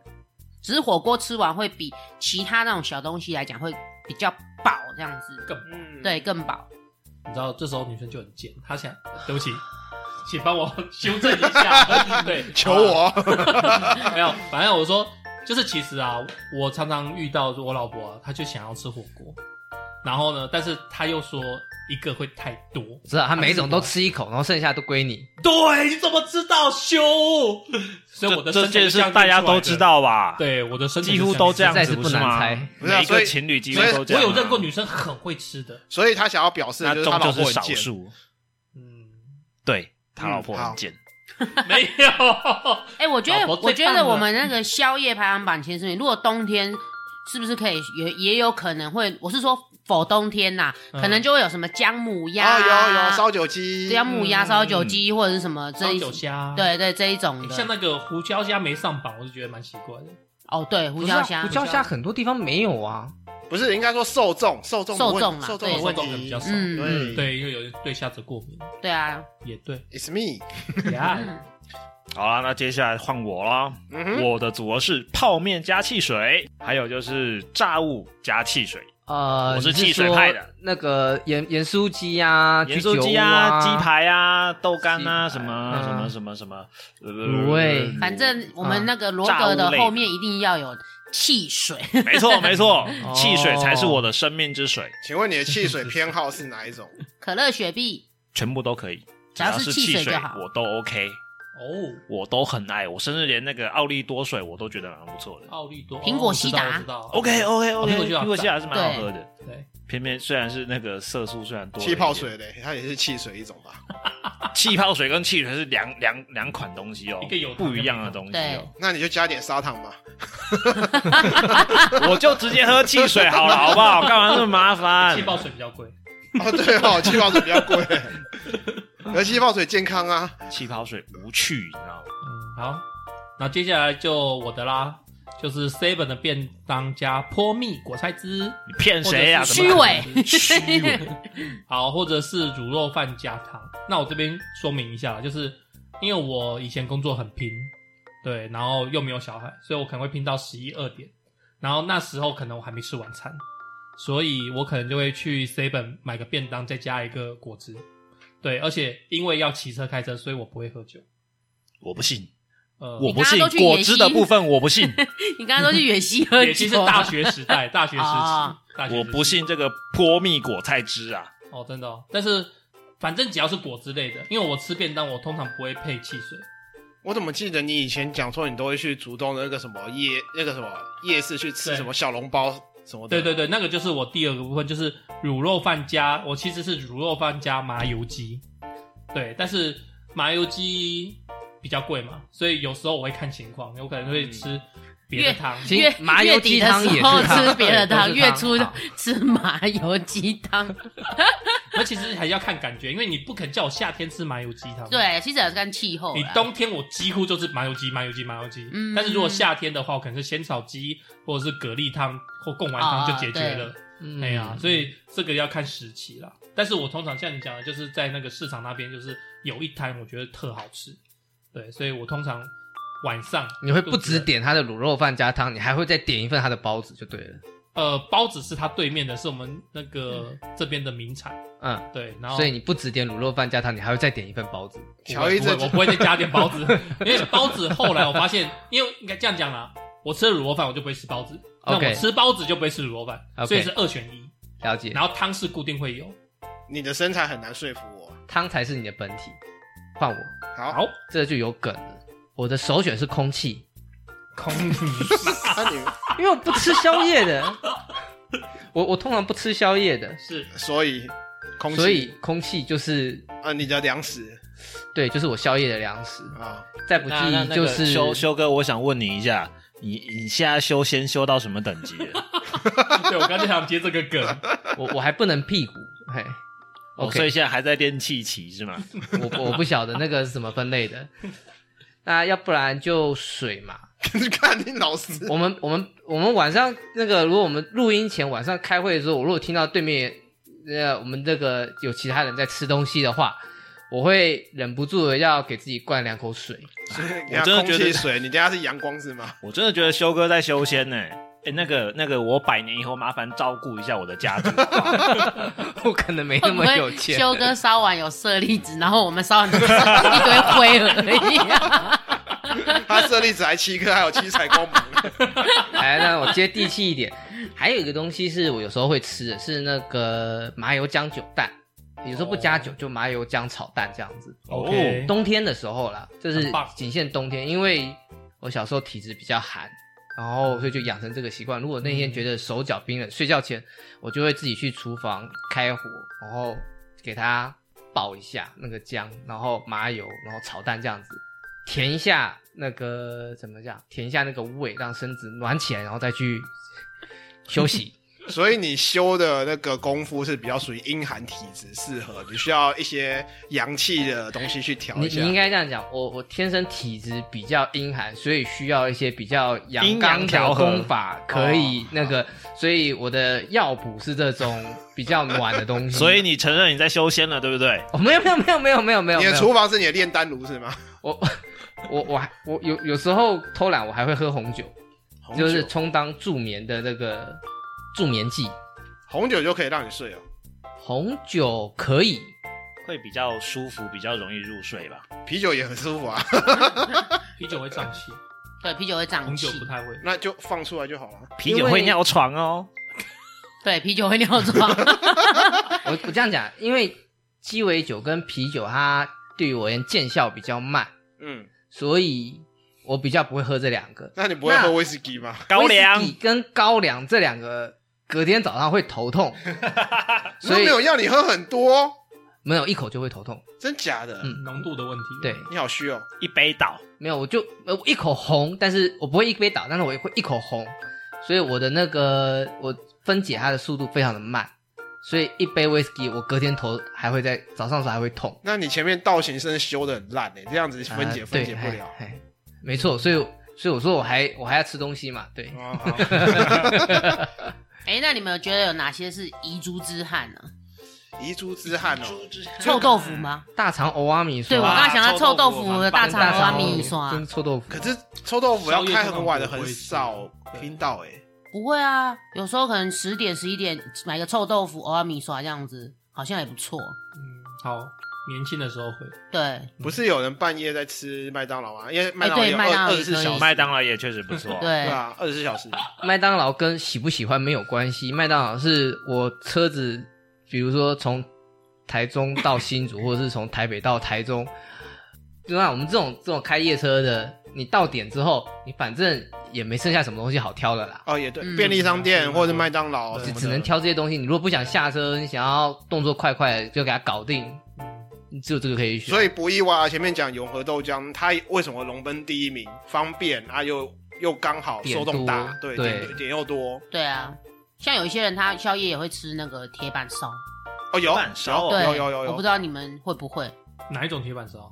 [SPEAKER 3] 只是火锅吃完会比其他那种小东西来讲会比较饱，这样子，
[SPEAKER 5] 嗯，
[SPEAKER 3] 对，更饱。
[SPEAKER 1] 你知道，这时候女生就很贱，她想，对不起，请帮我修正一 下。对，啊
[SPEAKER 5] 求我。
[SPEAKER 1] 没有，反正我说，就是其实啊，我常常遇到我老婆、啊，她就想要吃火锅，然后呢，但是她又说一个会太多。
[SPEAKER 2] 知道他每一种都吃一口，然后剩下都归你。
[SPEAKER 1] 对，你怎么知道修？所以我的
[SPEAKER 4] 这
[SPEAKER 1] 生
[SPEAKER 4] 这件
[SPEAKER 1] 存
[SPEAKER 4] 事
[SPEAKER 1] 项
[SPEAKER 4] 大家都知，道吧？，
[SPEAKER 1] 对我的生存
[SPEAKER 4] 几乎
[SPEAKER 1] 项
[SPEAKER 4] 都这样
[SPEAKER 2] 实在
[SPEAKER 4] 子，
[SPEAKER 2] 是
[SPEAKER 4] 不
[SPEAKER 2] 不难
[SPEAKER 4] 吗
[SPEAKER 2] 猜？
[SPEAKER 5] 不是啊
[SPEAKER 4] 每一
[SPEAKER 5] 所
[SPEAKER 4] 个
[SPEAKER 5] 以
[SPEAKER 4] 情侣几乎
[SPEAKER 5] 所以
[SPEAKER 4] 都这
[SPEAKER 1] 我
[SPEAKER 4] 样啊。
[SPEAKER 1] 有认过女生很会吃的，
[SPEAKER 5] 所以他想要表示
[SPEAKER 4] 那
[SPEAKER 5] 就是
[SPEAKER 4] 终
[SPEAKER 5] 他老
[SPEAKER 4] 究
[SPEAKER 5] 婆
[SPEAKER 4] 是
[SPEAKER 5] 很
[SPEAKER 4] 少
[SPEAKER 5] 贱。哦
[SPEAKER 4] 数，
[SPEAKER 1] 嗯，
[SPEAKER 4] 对他
[SPEAKER 5] 嗯
[SPEAKER 4] 老婆
[SPEAKER 5] 好
[SPEAKER 4] 很贱，
[SPEAKER 1] 没有。
[SPEAKER 3] 哎、我觉得
[SPEAKER 1] 老婆，最
[SPEAKER 3] 我
[SPEAKER 1] 棒
[SPEAKER 3] 觉得我
[SPEAKER 1] 了
[SPEAKER 3] 们那个宵夜排行榜前十名，如果冬天是不是可以也也有可能会，我是说否冬天呐、
[SPEAKER 1] 嗯
[SPEAKER 3] 可能就会有什么姜母鸭、
[SPEAKER 5] 啊，有有烧酒鸡
[SPEAKER 3] 对，啊，木鸭
[SPEAKER 1] 嗯
[SPEAKER 3] 烧酒鸡或者是什么这
[SPEAKER 1] 烧
[SPEAKER 3] 一
[SPEAKER 1] 嗯酒
[SPEAKER 2] 啊
[SPEAKER 1] 虾，
[SPEAKER 3] 对对这一种
[SPEAKER 1] 哎像
[SPEAKER 3] 的。
[SPEAKER 1] 那个胡椒虾没上榜，我就觉得蛮奇怪的。
[SPEAKER 3] 哦，对，胡椒虾，
[SPEAKER 2] 不是啊胡椒虾很多地方没有啊。
[SPEAKER 5] 不是应该说受众受众的问
[SPEAKER 3] 受众啦
[SPEAKER 5] 受众
[SPEAKER 3] 对
[SPEAKER 5] 的问
[SPEAKER 1] 受众可能比
[SPEAKER 5] 题
[SPEAKER 1] 较。少
[SPEAKER 3] 嗯，
[SPEAKER 5] 对，
[SPEAKER 1] 对，因为有人对虾子过敏，
[SPEAKER 3] 对啊，
[SPEAKER 1] 也 对。
[SPEAKER 5] ，It's me。
[SPEAKER 1] 呀，
[SPEAKER 4] 好啦，那接下来换我啦。
[SPEAKER 5] 嗯哼，
[SPEAKER 4] 我的组合是泡面加汽水，还有就是炸物加汽水，
[SPEAKER 2] 呃，
[SPEAKER 4] 我是
[SPEAKER 2] 你
[SPEAKER 4] 汽水派的
[SPEAKER 2] 说那个盐盐酥鸡啊，
[SPEAKER 4] 盐
[SPEAKER 2] 居酒
[SPEAKER 4] 酥鸡
[SPEAKER 2] 屋
[SPEAKER 4] 啊、
[SPEAKER 2] 啊，
[SPEAKER 4] 鸡排啊、豆干啊，
[SPEAKER 2] 鸡排
[SPEAKER 4] 什么什么
[SPEAKER 2] 嗯
[SPEAKER 4] 什么什么呃
[SPEAKER 2] 卤味
[SPEAKER 3] 反正我
[SPEAKER 2] 嗯
[SPEAKER 3] 们那个罗
[SPEAKER 4] 炸
[SPEAKER 3] 格
[SPEAKER 4] 物
[SPEAKER 3] 的
[SPEAKER 4] 类
[SPEAKER 3] 后
[SPEAKER 4] 的
[SPEAKER 3] 面一定要有汽水。
[SPEAKER 4] 没错没错
[SPEAKER 2] 哦，
[SPEAKER 4] 汽水才是我的生命之水，
[SPEAKER 5] 请问你的汽水偏好是哪一种？
[SPEAKER 3] 可乐、雪碧，
[SPEAKER 4] 全部都可以，
[SPEAKER 3] 只要
[SPEAKER 4] 是
[SPEAKER 3] 是
[SPEAKER 4] 汽
[SPEAKER 3] 汽水就好
[SPEAKER 4] 我都 OK，
[SPEAKER 1] 哦，
[SPEAKER 4] 我都很爱，我甚至连那个奥利多水我都觉得蛮不
[SPEAKER 3] 哦
[SPEAKER 4] 错的。
[SPEAKER 1] 奥利多，
[SPEAKER 3] 苹果西达
[SPEAKER 1] 哦我知道。我知
[SPEAKER 4] OK
[SPEAKER 1] 道
[SPEAKER 4] OK
[SPEAKER 1] 哦
[SPEAKER 4] OK，
[SPEAKER 1] 苹果西达
[SPEAKER 4] 苹果西达是蛮好喝的，
[SPEAKER 1] 对，
[SPEAKER 4] 偏偏虽然是那个色素虽然多了一
[SPEAKER 5] 气
[SPEAKER 4] 点，
[SPEAKER 5] 泡水嘞，它也是汽水一种吧？
[SPEAKER 4] 气泡水跟汽水是两两两款东西哦，
[SPEAKER 1] 一个有糖
[SPEAKER 4] 不一样的东西哦。
[SPEAKER 5] 那你就加点砂糖吧。
[SPEAKER 4] 我就直接喝汽水好了，好不好？干嘛那么麻烦
[SPEAKER 1] 气？泡水比较贵。
[SPEAKER 5] 哦，对哦，气泡水比较贵，而气泡水健康啊。
[SPEAKER 4] 气泡水无趣，你知道吗？
[SPEAKER 1] 嗯，好，那接下来就我的啦，就是 Seven 的便当加泼蜜果菜汁，
[SPEAKER 4] 你骗谁呀？
[SPEAKER 1] 或者是
[SPEAKER 4] 怎么可能
[SPEAKER 3] 虚
[SPEAKER 4] 虚伪。
[SPEAKER 1] 好，或者是卤肉饭加汤。那我这边说明一下啦，就是因为我以前工作很拼，对，然后又没有小孩，所以我可能会拼到十一二点，然后那时候可能我还没吃晚餐，所以我可能就会去 Seven 买个便当，再加一个果汁。对，而且因为要骑车开车，所以我不会喝酒。
[SPEAKER 4] 我不信，
[SPEAKER 1] 呃，
[SPEAKER 4] 我不信
[SPEAKER 3] 你刚刚都去
[SPEAKER 4] 果
[SPEAKER 3] 野
[SPEAKER 4] 汁
[SPEAKER 3] 溪
[SPEAKER 4] 的部分，我不信，
[SPEAKER 3] 你刚刚都去远西喝酒了，
[SPEAKER 1] 也其实大学时 代，大学时期，
[SPEAKER 3] 啊
[SPEAKER 1] 大学时
[SPEAKER 4] 我
[SPEAKER 1] 期
[SPEAKER 4] 不信这个泼蜜果菜汁啊！
[SPEAKER 1] 哦，真的、哦。但是反正只要是果汁类的，因为我吃便当，我通常不会配汽水。
[SPEAKER 5] 我怎么记得你以前讲说你都会去竹东的那个什么夜那个什么夜市去吃
[SPEAKER 1] 对
[SPEAKER 5] 什么小笼包什么
[SPEAKER 1] 对
[SPEAKER 5] 的？
[SPEAKER 1] 对对，那个就是我第二个部分，就是卤肉饭加我其实是卤肉饭加麻油鸡，对，但是麻油鸡比较贵嘛，所以有时候我会看情况，我可能会
[SPEAKER 4] 嗯
[SPEAKER 1] 吃别的汤。
[SPEAKER 2] 其
[SPEAKER 3] 月
[SPEAKER 2] 实麻油鸡汤也是
[SPEAKER 3] 月底的时
[SPEAKER 2] 汤
[SPEAKER 3] 候吃别的汤，
[SPEAKER 2] 对
[SPEAKER 3] 月
[SPEAKER 2] 都是
[SPEAKER 3] 初
[SPEAKER 2] 汤好
[SPEAKER 3] 吃麻油鸡 汤。
[SPEAKER 1] 那其实还是要看感觉，因为你不肯叫我夏天吃麻油鸡汤。。
[SPEAKER 3] 对，其实也是看气候啦。
[SPEAKER 1] 你冬天我几乎就是麻油鸡、麻油鸡、麻油鸡。
[SPEAKER 3] 嗯
[SPEAKER 1] 但是如果夏天的话，我可能是鲜草鸡或者是蛤蜊汤或贡丸汤
[SPEAKER 3] 哦
[SPEAKER 1] 就解决了。
[SPEAKER 2] 嗯
[SPEAKER 1] 哎呀，所以这个要看时期啦。但是我通常像你讲的，就是在那个市场那边，就是有一摊我觉得特好吃，对，所以我通常晚上
[SPEAKER 2] 你会不
[SPEAKER 1] 肚子
[SPEAKER 2] 只
[SPEAKER 1] 饿
[SPEAKER 2] 点他的卤肉饭加汤，你还会再点一份他的包子就对了。
[SPEAKER 1] 呃，包子是它对面的，是我们那个这边的名产。
[SPEAKER 2] 嗯，
[SPEAKER 1] 对，然后
[SPEAKER 2] 所以你不只点卤肉饭加汤，你还会再点一份包子。
[SPEAKER 5] 乔伊
[SPEAKER 1] 不会
[SPEAKER 5] 这
[SPEAKER 1] 我不会再加点包子， 因为包子后来我发现，因为应该这样讲啦，我吃了卤肉饭我就不会吃包子，那
[SPEAKER 2] OK
[SPEAKER 1] 我吃包子就不会吃卤肉饭
[SPEAKER 2] OK
[SPEAKER 1] 所以是二选一。
[SPEAKER 2] 了解，
[SPEAKER 1] 然后汤是固定会有。
[SPEAKER 5] 你的身材很难说服我。
[SPEAKER 2] 汤才是你的本体。换我，
[SPEAKER 5] 好，
[SPEAKER 1] 好，
[SPEAKER 2] 这就有梗了。我的首选是空气，
[SPEAKER 1] 空
[SPEAKER 5] 那你
[SPEAKER 2] 因为我不吃宵夜的， 我我通常不吃宵夜的，
[SPEAKER 1] 是
[SPEAKER 5] 所以空气，
[SPEAKER 2] 所以空气就是
[SPEAKER 5] 啊，你的粮食
[SPEAKER 2] 对，就是我宵夜的粮食。
[SPEAKER 5] 啊，
[SPEAKER 2] 再不济
[SPEAKER 4] 那那那
[SPEAKER 2] 就
[SPEAKER 4] 个
[SPEAKER 2] 是
[SPEAKER 4] 修修哥，我想问你一下，你你现在修仙修到什么等级哦了？
[SPEAKER 1] 对我刚才想接这个梗，
[SPEAKER 2] 我我还不能屁股，嘿
[SPEAKER 4] 哦，
[SPEAKER 2] ，OK，
[SPEAKER 4] 所以现在还在练气期是吗？
[SPEAKER 2] 我我不晓得那个是怎么分类的。 那要不然就水嘛，
[SPEAKER 5] 看你老师
[SPEAKER 2] 我们我们我们晚上那个，如果我们录音前晚上开会的时候，我如果听到对面呃我们这个有其他人在吃东西的话，我会忍不住的要给自己灌两口 水。
[SPEAKER 5] 你要
[SPEAKER 4] 真的
[SPEAKER 5] 空
[SPEAKER 4] 觉得
[SPEAKER 5] 气水，你等下是阳光是吗？
[SPEAKER 4] 我真的觉得修哥在修仙呢、哎、那个那个，我百年以后麻烦照顾一下我的家族。
[SPEAKER 2] 我可能没
[SPEAKER 3] 会
[SPEAKER 2] 那
[SPEAKER 3] 不
[SPEAKER 2] 么有
[SPEAKER 3] 会
[SPEAKER 2] 钱，
[SPEAKER 3] 修哥烧完有舍利子，然后我们烧完都是一堆灰而已、 啊？
[SPEAKER 5] 他舍利子还七颗，还有七彩光芒。
[SPEAKER 2] 哎，让我接地气一点。还有一个东西是我有时候会吃的，是那个麻油姜酒蛋，有时候不加酒就麻油姜炒蛋这样子。
[SPEAKER 1] OK
[SPEAKER 2] 冬天的时候啦，这是
[SPEAKER 1] 很棒
[SPEAKER 2] 仅限冬天，因为我小时候体质比较寒，
[SPEAKER 1] 哦
[SPEAKER 2] 然后所以就养成这个习惯。如果那天觉得手脚冰冷，睡觉前我就会自己去厨房开火，然后给它爆一下那个姜，然后麻油，然后炒蛋这样子，填一下那个怎么讲，填一下那个胃，让身子暖起来，然后再去休息。
[SPEAKER 5] 所以你修的那个功夫是比较属于阴寒体质，适合你需要一些阳气的东西去调
[SPEAKER 2] 你
[SPEAKER 5] 一
[SPEAKER 2] 你
[SPEAKER 5] 下。
[SPEAKER 2] 应该这样讲，我我天生体质比较阴寒，所以需要一些比较阳刚的功法，可以那个，所以我的药补是这种比较暖的东西。
[SPEAKER 4] 所以你承认你在修仙了，对不对？
[SPEAKER 2] 哦，没有没有没有没有没有没有，
[SPEAKER 5] 你的
[SPEAKER 2] 没有
[SPEAKER 5] 厨房是你的炼丹炉 是吗？
[SPEAKER 2] 我我我还我有有时候偷懒，我还会喝红酒，
[SPEAKER 5] 红酒
[SPEAKER 2] 就是充当助眠的那个助眠剂。
[SPEAKER 5] 红酒就可以让你睡哦，
[SPEAKER 2] 红酒可以，
[SPEAKER 4] 会比较舒服，比较容易入睡吧。
[SPEAKER 5] 啤酒也很舒 服啊，
[SPEAKER 1] 啤酒会胀气，
[SPEAKER 3] 对，啤酒会胀
[SPEAKER 1] 红
[SPEAKER 3] 气
[SPEAKER 1] 酒，不太会。
[SPEAKER 5] 那就放出来就好了。
[SPEAKER 4] 啤酒会尿床哦。
[SPEAKER 3] 对，啤酒会尿床。
[SPEAKER 2] 我我这样讲，因为鸡尾酒跟啤酒它对于我而言见效比较慢。
[SPEAKER 5] 嗯，
[SPEAKER 2] 所以我比较不会喝这两个。
[SPEAKER 5] 那你不会
[SPEAKER 2] 那
[SPEAKER 5] 喝威士忌吗？
[SPEAKER 4] 高粱
[SPEAKER 2] 威士忌跟高粱这两个，隔天早上会头 痛，
[SPEAKER 5] 所
[SPEAKER 2] 所以
[SPEAKER 5] 没有要你喝很多，
[SPEAKER 2] 没有一口就会头痛。
[SPEAKER 5] 真假的？
[SPEAKER 2] 嗯
[SPEAKER 1] 浓度的问题，
[SPEAKER 2] 对，
[SPEAKER 5] 你好虚哦，
[SPEAKER 4] 一杯倒，
[SPEAKER 2] 没有我就呃我一口红，但是我不会一杯倒，但是我会一口红，所以我的那个我分解它的速度非常的慢，所以一杯威士忌我隔天头还会在早上的时候还会痛。
[SPEAKER 5] 那你前面道行真的修的很烂哎、这样子
[SPEAKER 2] 啊
[SPEAKER 5] 分解分解不
[SPEAKER 2] 对
[SPEAKER 5] 了。
[SPEAKER 2] 嘿嘿没错，所以所以我说我还我还要吃东西嘛，对。
[SPEAKER 5] 哦好
[SPEAKER 3] 哎、那你们有觉得有哪些是遗珠之憾呢、
[SPEAKER 5] 遗珠之憾哦，
[SPEAKER 3] 臭豆腐吗？
[SPEAKER 2] 大肠欧阿米
[SPEAKER 3] 对，
[SPEAKER 2] 说
[SPEAKER 3] 我
[SPEAKER 2] 啊，
[SPEAKER 3] 刚刚想到
[SPEAKER 4] 臭
[SPEAKER 3] 臭
[SPEAKER 4] 豆
[SPEAKER 3] 豆
[SPEAKER 4] 腐
[SPEAKER 3] 腐的大
[SPEAKER 4] 蛮棒的
[SPEAKER 3] 肠
[SPEAKER 4] 哦
[SPEAKER 3] 拉米刷
[SPEAKER 2] 真，臭豆腐。
[SPEAKER 5] 可是臭豆腐要开很晚的，
[SPEAKER 1] 宵夜通常不
[SPEAKER 5] 很
[SPEAKER 1] 会吃
[SPEAKER 5] 少
[SPEAKER 1] 对
[SPEAKER 5] 听到哎、
[SPEAKER 3] 不会啊，有时候可能十点十一点买个臭豆腐、偶尔米刷这样子，好像也不错。
[SPEAKER 1] 嗯，好，年轻的时候会，
[SPEAKER 3] 对
[SPEAKER 5] 不是有人半夜在吃麦当劳吗？因为麦
[SPEAKER 3] 哎
[SPEAKER 5] 当劳
[SPEAKER 3] 对
[SPEAKER 5] 有
[SPEAKER 3] 麦当
[SPEAKER 5] 二
[SPEAKER 3] 劳
[SPEAKER 5] 二
[SPEAKER 3] 也
[SPEAKER 5] 十四
[SPEAKER 3] 可以
[SPEAKER 4] 麦当劳也确实不
[SPEAKER 5] 小时，
[SPEAKER 4] 错。
[SPEAKER 3] 对，，
[SPEAKER 5] 对啊，二十四小时。
[SPEAKER 2] 麦当劳跟喜不喜欢没有关系，麦当劳是我车子，比如说从台中到新竹，或者是从台北到台中，就像我们这种这种开夜车的，你到点之后，你反正也没剩下什么东西好挑的啦，
[SPEAKER 5] 哦，也对，
[SPEAKER 3] 嗯
[SPEAKER 5] 便利商店
[SPEAKER 1] 嗯
[SPEAKER 5] 或者是麦当劳
[SPEAKER 1] 对
[SPEAKER 5] 什
[SPEAKER 2] 只
[SPEAKER 5] 么的
[SPEAKER 2] 只能挑这些东西。你如果不想下车，你想要动作快快的，就给它搞定，你只有这个可以选。
[SPEAKER 5] 所以不意外啊，前面讲永和豆浆，它为什么荣登第一名？方便啊，又又刚好
[SPEAKER 2] 点
[SPEAKER 5] 受众大，
[SPEAKER 2] 多
[SPEAKER 5] 对
[SPEAKER 2] 对
[SPEAKER 5] 点点又多。
[SPEAKER 3] 对啊，像有一些人他宵夜也会吃那个铁板烧，
[SPEAKER 5] 哦，有
[SPEAKER 4] 板烧哦
[SPEAKER 3] 对，
[SPEAKER 5] 有有有
[SPEAKER 3] 我不
[SPEAKER 5] 有
[SPEAKER 3] 知道你们会不会，
[SPEAKER 1] 哪一种铁板烧？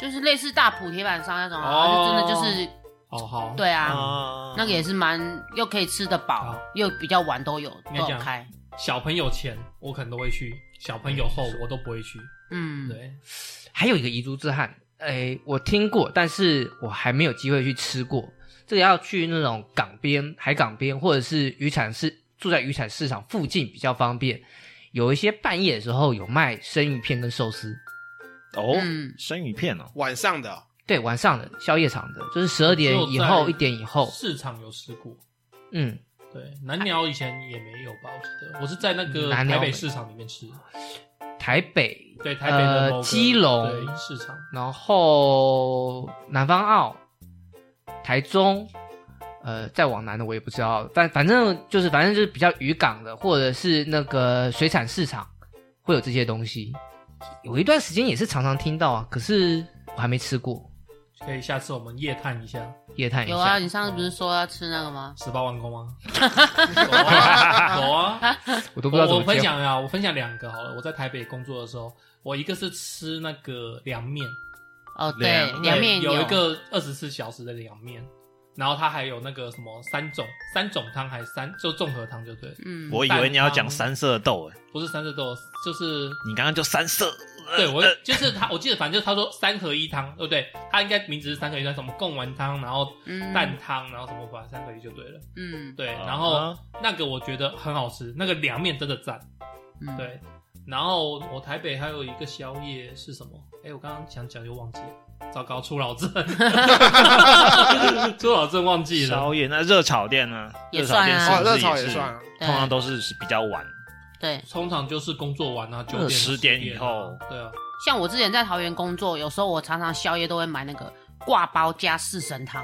[SPEAKER 3] 就是类似大埔铁板烧那种啊，
[SPEAKER 1] 哦
[SPEAKER 3] 就真的就是
[SPEAKER 1] 哦，好，
[SPEAKER 3] 对啊，
[SPEAKER 4] 啊
[SPEAKER 3] 那个也是蛮又可以吃得饱
[SPEAKER 1] 好，
[SPEAKER 3] 又比较晚都有
[SPEAKER 1] 应该这
[SPEAKER 3] 都有
[SPEAKER 1] 样
[SPEAKER 3] 开，
[SPEAKER 1] 小朋友前我可能都会去，小朋友后我都不会去。
[SPEAKER 3] 嗯，
[SPEAKER 1] 对，
[SPEAKER 2] 还有一个遗珠之憾，哎，我听过，但是我还没有机会去吃过。这个要去那种港边、海港边或者是渔产市住在渔产市场附近比较方便。有一些半夜的时候有卖生鱼片跟寿司，
[SPEAKER 4] 哦
[SPEAKER 3] 嗯，
[SPEAKER 4] 生鱼片哦，
[SPEAKER 5] 晚上的哦
[SPEAKER 2] 对，晚上的宵夜场的，就是十二点以
[SPEAKER 1] 就
[SPEAKER 2] 后
[SPEAKER 1] 在
[SPEAKER 2] 一点以后，
[SPEAKER 1] 市场有吃过。
[SPEAKER 2] 嗯，
[SPEAKER 1] 对，南鸟以前也没有吧？我记得我是在那个
[SPEAKER 2] 南
[SPEAKER 1] 台
[SPEAKER 2] 寮
[SPEAKER 1] 北
[SPEAKER 2] 没
[SPEAKER 1] 市场里面吃，
[SPEAKER 2] 台北，
[SPEAKER 1] 对，台北的
[SPEAKER 2] 呃
[SPEAKER 1] 某个
[SPEAKER 2] 基隆
[SPEAKER 1] 对市场，
[SPEAKER 2] 然后南方澳、台中，呃，再往南的我也不知道，反反正就是反正就是比较渔港的，或者是那个水产市场会有这些东西。有一段时间也是常常听到啊，可是我还没吃过，
[SPEAKER 1] 可以下次我们夜探一下
[SPEAKER 2] 夜探一下。
[SPEAKER 3] 有啊，你上次不是说要吃那个吗？
[SPEAKER 1] 十八万公 吗？有啊，有啊。
[SPEAKER 2] 我都不知道怎
[SPEAKER 1] 我
[SPEAKER 2] 么
[SPEAKER 1] 我分
[SPEAKER 2] 接
[SPEAKER 1] 享啊，我分享两个好了。我在台北工作的时候，我一个是吃那个凉面，
[SPEAKER 3] 哦，对
[SPEAKER 4] 凉，
[SPEAKER 3] 凉面
[SPEAKER 1] 对有一个二十四小时的凉面，然后它还有那个什么三种三种汤还是三就综合汤就对了，
[SPEAKER 3] 嗯，
[SPEAKER 4] 我以为你要讲三色豆诶，
[SPEAKER 1] 不是三色豆，就是
[SPEAKER 4] 你刚刚就三色，
[SPEAKER 1] 对我
[SPEAKER 4] 呃
[SPEAKER 1] 就是他，我记得反正就是他说三合一汤，对不对？他应该名字是三合一汤，什么贡丸汤，然后
[SPEAKER 3] 嗯
[SPEAKER 1] 蛋汤，然后什么把三合一就对了。
[SPEAKER 3] 嗯
[SPEAKER 1] 对，
[SPEAKER 4] 啊
[SPEAKER 1] 然后那个我觉得很好吃，那个凉面真的赞。
[SPEAKER 3] 嗯，
[SPEAKER 1] 对，然后我台北还有一个宵夜是什么？哎，我刚刚想讲又忘记了，糟糕，出 老症，出老症忘记了。
[SPEAKER 4] 宵夜那热炒店呢？
[SPEAKER 3] 也
[SPEAKER 4] 热炒店
[SPEAKER 3] 算
[SPEAKER 4] 是不
[SPEAKER 3] 啊
[SPEAKER 4] 是
[SPEAKER 5] 哦，热炒
[SPEAKER 4] 也
[SPEAKER 5] 也
[SPEAKER 4] 是
[SPEAKER 5] 算，啊，
[SPEAKER 4] 通常都是比较晚，
[SPEAKER 3] 对。
[SPEAKER 1] 通常就是工作完啊，九点
[SPEAKER 4] 嗯10点以
[SPEAKER 1] 啊
[SPEAKER 4] 后
[SPEAKER 1] 对啊，
[SPEAKER 3] 像我之前在桃园工作，有时候我常常宵夜都会买那个挂包加四神汤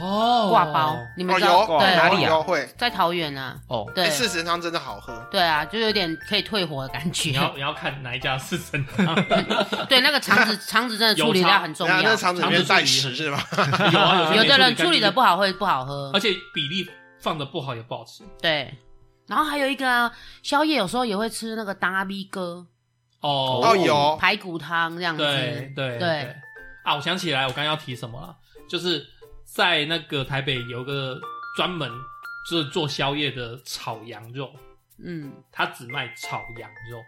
[SPEAKER 1] 哦，
[SPEAKER 3] 挂包，你们
[SPEAKER 5] 哦
[SPEAKER 3] 知道
[SPEAKER 5] 有
[SPEAKER 3] 对
[SPEAKER 2] 哪里啊
[SPEAKER 5] 有会，
[SPEAKER 3] 在桃园啊，
[SPEAKER 2] 哦，
[SPEAKER 3] 对
[SPEAKER 5] 哎四神汤真的好喝，
[SPEAKER 3] 对啊，就有点可以退火的感觉
[SPEAKER 1] 你。要你要看哪一家是真 的。
[SPEAKER 3] 对，那个肠子肠子真的处理
[SPEAKER 1] 有
[SPEAKER 3] 到
[SPEAKER 1] 差
[SPEAKER 3] 很重
[SPEAKER 5] 那那
[SPEAKER 3] 要，
[SPEAKER 5] 肠子里
[SPEAKER 1] 肠
[SPEAKER 5] 面
[SPEAKER 1] 子
[SPEAKER 5] 带
[SPEAKER 1] 里
[SPEAKER 5] 屎是吗？
[SPEAKER 1] 有啊，
[SPEAKER 3] 有
[SPEAKER 1] 有
[SPEAKER 3] 的人
[SPEAKER 1] 干净
[SPEAKER 3] 处理的不，好会不好喝
[SPEAKER 1] 而。且比例放的不好也不好吃。
[SPEAKER 3] 对，然后还有一个啊，宵夜有时候也会吃那个达咪哥
[SPEAKER 1] 哦
[SPEAKER 5] 哦，有
[SPEAKER 3] 排骨汤这样子。
[SPEAKER 1] 对对
[SPEAKER 3] 对
[SPEAKER 1] 啊！我想起来，我刚刚要提什么了，就是在那个台北有个专门就是做宵夜的炒羊肉，
[SPEAKER 3] 嗯，
[SPEAKER 1] 它只卖炒羊肉，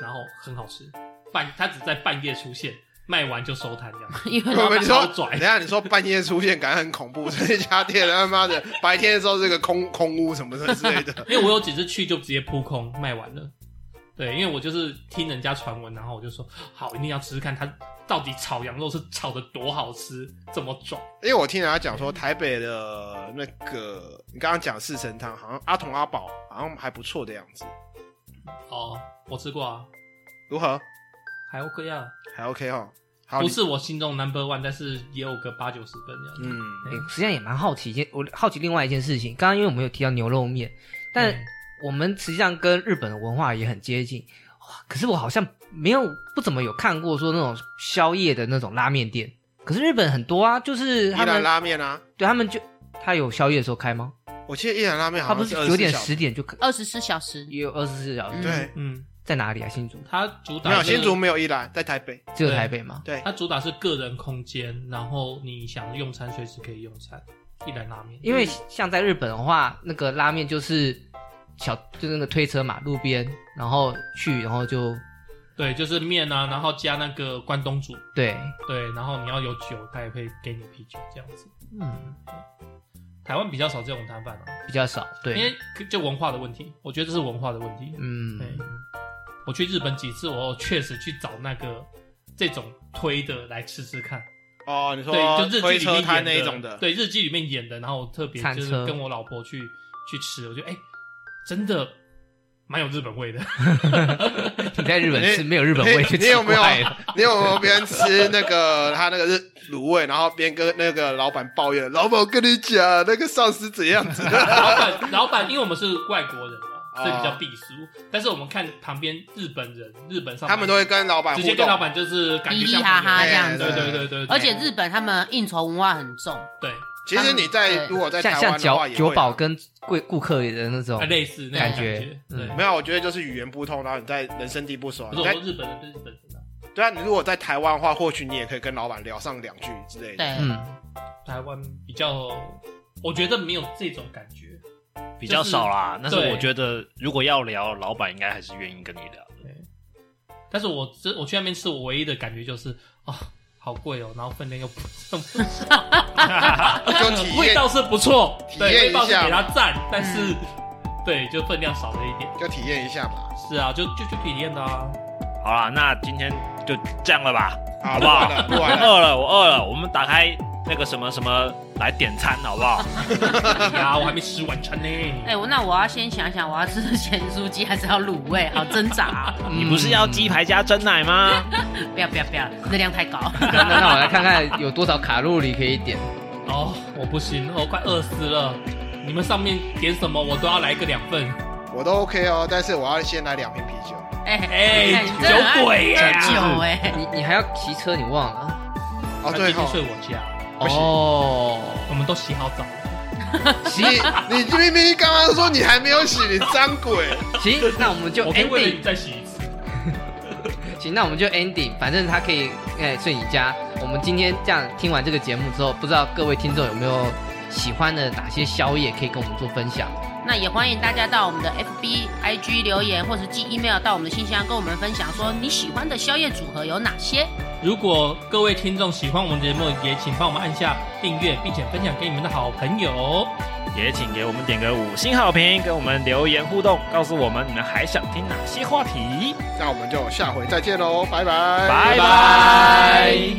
[SPEAKER 1] 然后很好吃，半它只在半夜出现，卖完就收摊这样。
[SPEAKER 3] 因为
[SPEAKER 5] 我们
[SPEAKER 1] 超，
[SPEAKER 5] 说
[SPEAKER 1] 拽，
[SPEAKER 5] 等一下你说半夜出现，感觉很恐怖。 这家店他妈的，白天的时候这个空空屋什么的之类的
[SPEAKER 1] 因为我有几次去就直接扑空卖完了。对，因为我就是听人家传闻，然后我就说好，一定要吃吃看它到底炒羊肉是炒的多好吃，这么拽。
[SPEAKER 5] 因为我听人家讲说台北的那个，你刚刚讲四神汤，好像阿童阿宝好像还不错的样子，
[SPEAKER 1] 哦，我吃过啊，
[SPEAKER 5] 如何？
[SPEAKER 1] 还 OK 啊，
[SPEAKER 5] 还 OK 哦。好，
[SPEAKER 1] 不
[SPEAKER 5] 你
[SPEAKER 1] 是我心中 number one，但是也有个八九十分这样子。
[SPEAKER 5] 嗯，
[SPEAKER 2] 哎我实际上也蛮好奇一件，我好奇另外一件事情。刚刚因为我们有提到牛肉面，但
[SPEAKER 1] 嗯
[SPEAKER 2] 我们实际上跟日本的文化也很接近。哇可是我好像没有不怎么有看过说那种宵夜的那种拉面店。可是日本很多啊，就是
[SPEAKER 5] 一
[SPEAKER 2] 他
[SPEAKER 5] 兰
[SPEAKER 2] 们
[SPEAKER 5] 拉面啊，
[SPEAKER 2] 对他们就他有宵夜的时候开吗？
[SPEAKER 5] 我记得一兰拉面
[SPEAKER 2] 他
[SPEAKER 5] 好
[SPEAKER 2] 不
[SPEAKER 5] 像
[SPEAKER 2] 是
[SPEAKER 5] 24
[SPEAKER 2] 九点
[SPEAKER 5] 小时
[SPEAKER 2] 十点就开，
[SPEAKER 3] 二十四小时。
[SPEAKER 2] 也有二十四小时。
[SPEAKER 3] 嗯
[SPEAKER 5] 对，
[SPEAKER 1] 嗯，
[SPEAKER 2] 在哪里啊？新竹
[SPEAKER 1] 它主打
[SPEAKER 5] 没有
[SPEAKER 1] 是
[SPEAKER 5] 新竹，没有一兰，在台北。
[SPEAKER 2] 只有
[SPEAKER 1] 对
[SPEAKER 2] 台北吗？
[SPEAKER 5] 对，
[SPEAKER 1] 它主打是个人空间，然后你想用餐随时可以用餐，一兰拉面。
[SPEAKER 2] 因为像在日本的话，那个拉面就是小就那个推车嘛，路边然后去，然后就
[SPEAKER 1] 对，就是面啊，然后加那个关东煮，
[SPEAKER 2] 对，
[SPEAKER 1] 对，然后你要有酒，它也会给你啤酒这样子。
[SPEAKER 2] 嗯，
[SPEAKER 1] 台湾比较少这种摊贩啊，
[SPEAKER 2] 比较少。对，
[SPEAKER 1] 因为就文化的问题，我觉得这是文化的问题。对
[SPEAKER 2] 嗯，
[SPEAKER 1] 我去日本几次，我确实去找那个这种推的来吃吃看。
[SPEAKER 5] 哦，你说
[SPEAKER 1] 对，就日
[SPEAKER 5] 推
[SPEAKER 1] 剧里
[SPEAKER 5] 车
[SPEAKER 1] 面
[SPEAKER 5] 摊
[SPEAKER 1] 演
[SPEAKER 5] 那一种的，
[SPEAKER 1] 对，日剧里面演的，然后我特别
[SPEAKER 2] 餐
[SPEAKER 1] 就是
[SPEAKER 2] 车
[SPEAKER 1] 跟我老婆去去吃，我觉得哎、真的蛮有日本 味的。
[SPEAKER 2] 你在日本
[SPEAKER 5] 你
[SPEAKER 2] 吃没有日本味就
[SPEAKER 5] 你你
[SPEAKER 2] 奇
[SPEAKER 5] 有没有
[SPEAKER 2] 怪了。
[SPEAKER 5] 你有没有边吃那个他那个是卤味，然后边跟那个老板抱怨，老板我跟你讲那个上司怎样子的，
[SPEAKER 1] 老板，老板，因为我们是外国人嘛，
[SPEAKER 5] 哦
[SPEAKER 1] 所以比较避俗，但是我们看旁边日本人、日本上班族
[SPEAKER 5] 他们都会跟老板
[SPEAKER 1] 直
[SPEAKER 5] 互
[SPEAKER 1] 接
[SPEAKER 5] 动，
[SPEAKER 1] 跟老板就是感觉
[SPEAKER 3] 嘻
[SPEAKER 1] 像
[SPEAKER 3] 嘻哈哈
[SPEAKER 1] 朋友
[SPEAKER 3] 这样
[SPEAKER 1] 对
[SPEAKER 5] 对
[SPEAKER 1] 对
[SPEAKER 5] 对
[SPEAKER 1] 对对，对
[SPEAKER 3] 而且日本他们应酬文化很重，
[SPEAKER 1] 对
[SPEAKER 5] 其实你在
[SPEAKER 3] 对
[SPEAKER 5] 如果在
[SPEAKER 2] 像
[SPEAKER 5] 台
[SPEAKER 2] 像
[SPEAKER 5] 湾的
[SPEAKER 2] 酒
[SPEAKER 5] 话也会啊
[SPEAKER 2] 酒保跟贵顾客的那种
[SPEAKER 1] 啊，类似那种
[SPEAKER 2] 哦感觉
[SPEAKER 1] 觉，
[SPEAKER 2] 嗯
[SPEAKER 1] 对。
[SPEAKER 5] 没有，我觉得就是语言不通，然后你在人生地不熟啊。
[SPEAKER 1] 不是我
[SPEAKER 5] 你在
[SPEAKER 1] 说日本人对日本人啊，
[SPEAKER 5] 对啊，你如果在台湾的话，或许你也可以跟老板聊上两句之类的。
[SPEAKER 3] 对，
[SPEAKER 2] 嗯，
[SPEAKER 1] 台湾比较，我觉得没有这种感觉。
[SPEAKER 4] 比较少啦。但是
[SPEAKER 1] 对
[SPEAKER 4] 我觉得如果要聊，老板应该还是愿意跟你聊。
[SPEAKER 1] 但是我这我去那边吃，我唯一的感觉就是啊、好贵哦，然后分量又不这 么少，
[SPEAKER 5] 就体验
[SPEAKER 1] 味道是不错，
[SPEAKER 5] 体验
[SPEAKER 1] 对，
[SPEAKER 5] 一下嗯
[SPEAKER 1] 味道是给他赞，但是对，就分量少了一点。
[SPEAKER 5] 就体验一下吧，
[SPEAKER 1] 是啊，就就去体验的啊。
[SPEAKER 4] 好啦，那今天就这样了吧，
[SPEAKER 5] 好
[SPEAKER 4] 好不好
[SPEAKER 5] 录完了？录
[SPEAKER 4] 我
[SPEAKER 5] 完啊了，
[SPEAKER 4] 饿了，我饿了，我们打开那个什么什么来点餐，好不好？
[SPEAKER 1] 哎呀，我还没吃晚餐呢。
[SPEAKER 3] 哎、我那我要先想想，我要吃咸酥鸡还是要卤味？好挣扎 啊、
[SPEAKER 4] 你不是要鸡排加蒸奶吗？
[SPEAKER 3] 不要不要不要，热 量太高。
[SPEAKER 2] 那那我来看看有多少卡路里可以点。
[SPEAKER 1] 哦，我不行，我快饿死了。你们上面点什么，我都要来个两份。
[SPEAKER 5] 我都 OK 哦，但是我要先来两瓶啤酒。
[SPEAKER 3] 哎、
[SPEAKER 1] 哎
[SPEAKER 3] 哎你真的很爱
[SPEAKER 1] 酒鬼耶
[SPEAKER 3] 喝酒哎、
[SPEAKER 2] 你你还要骑车，你忘了？
[SPEAKER 5] 哦，
[SPEAKER 1] 他
[SPEAKER 5] 对
[SPEAKER 1] 今天
[SPEAKER 5] 哈，
[SPEAKER 1] 睡我家，
[SPEAKER 5] 不行
[SPEAKER 2] 哦，
[SPEAKER 1] 我们都洗好澡。
[SPEAKER 2] 行
[SPEAKER 5] 你你明明刚刚说你还没有洗，你脏鬼！
[SPEAKER 2] 行，那我们就
[SPEAKER 1] 哎我可以为了你
[SPEAKER 2] ending。
[SPEAKER 1] 再洗一次。
[SPEAKER 2] 行，那我们就 ending。反正他可以哎睡你家。我们今天这样听完这个节目之后，不知道各位听众有没有喜欢的哪些宵夜可以跟我们做分享？
[SPEAKER 3] 那也欢迎大家到我们的 FB、IG 留言，或是寄 email 到我们的信箱，跟我们分享说你喜欢的宵夜组合有哪些。
[SPEAKER 1] 如果各位听众喜欢我们节目，也请帮我们按下订阅，并且分享给你们的好朋友。
[SPEAKER 4] 也请给我们点个五星好评，跟我们留言互动，告诉我们你们还想听哪些话题。
[SPEAKER 5] 那我们就下回再见喽，拜拜，
[SPEAKER 4] 拜拜。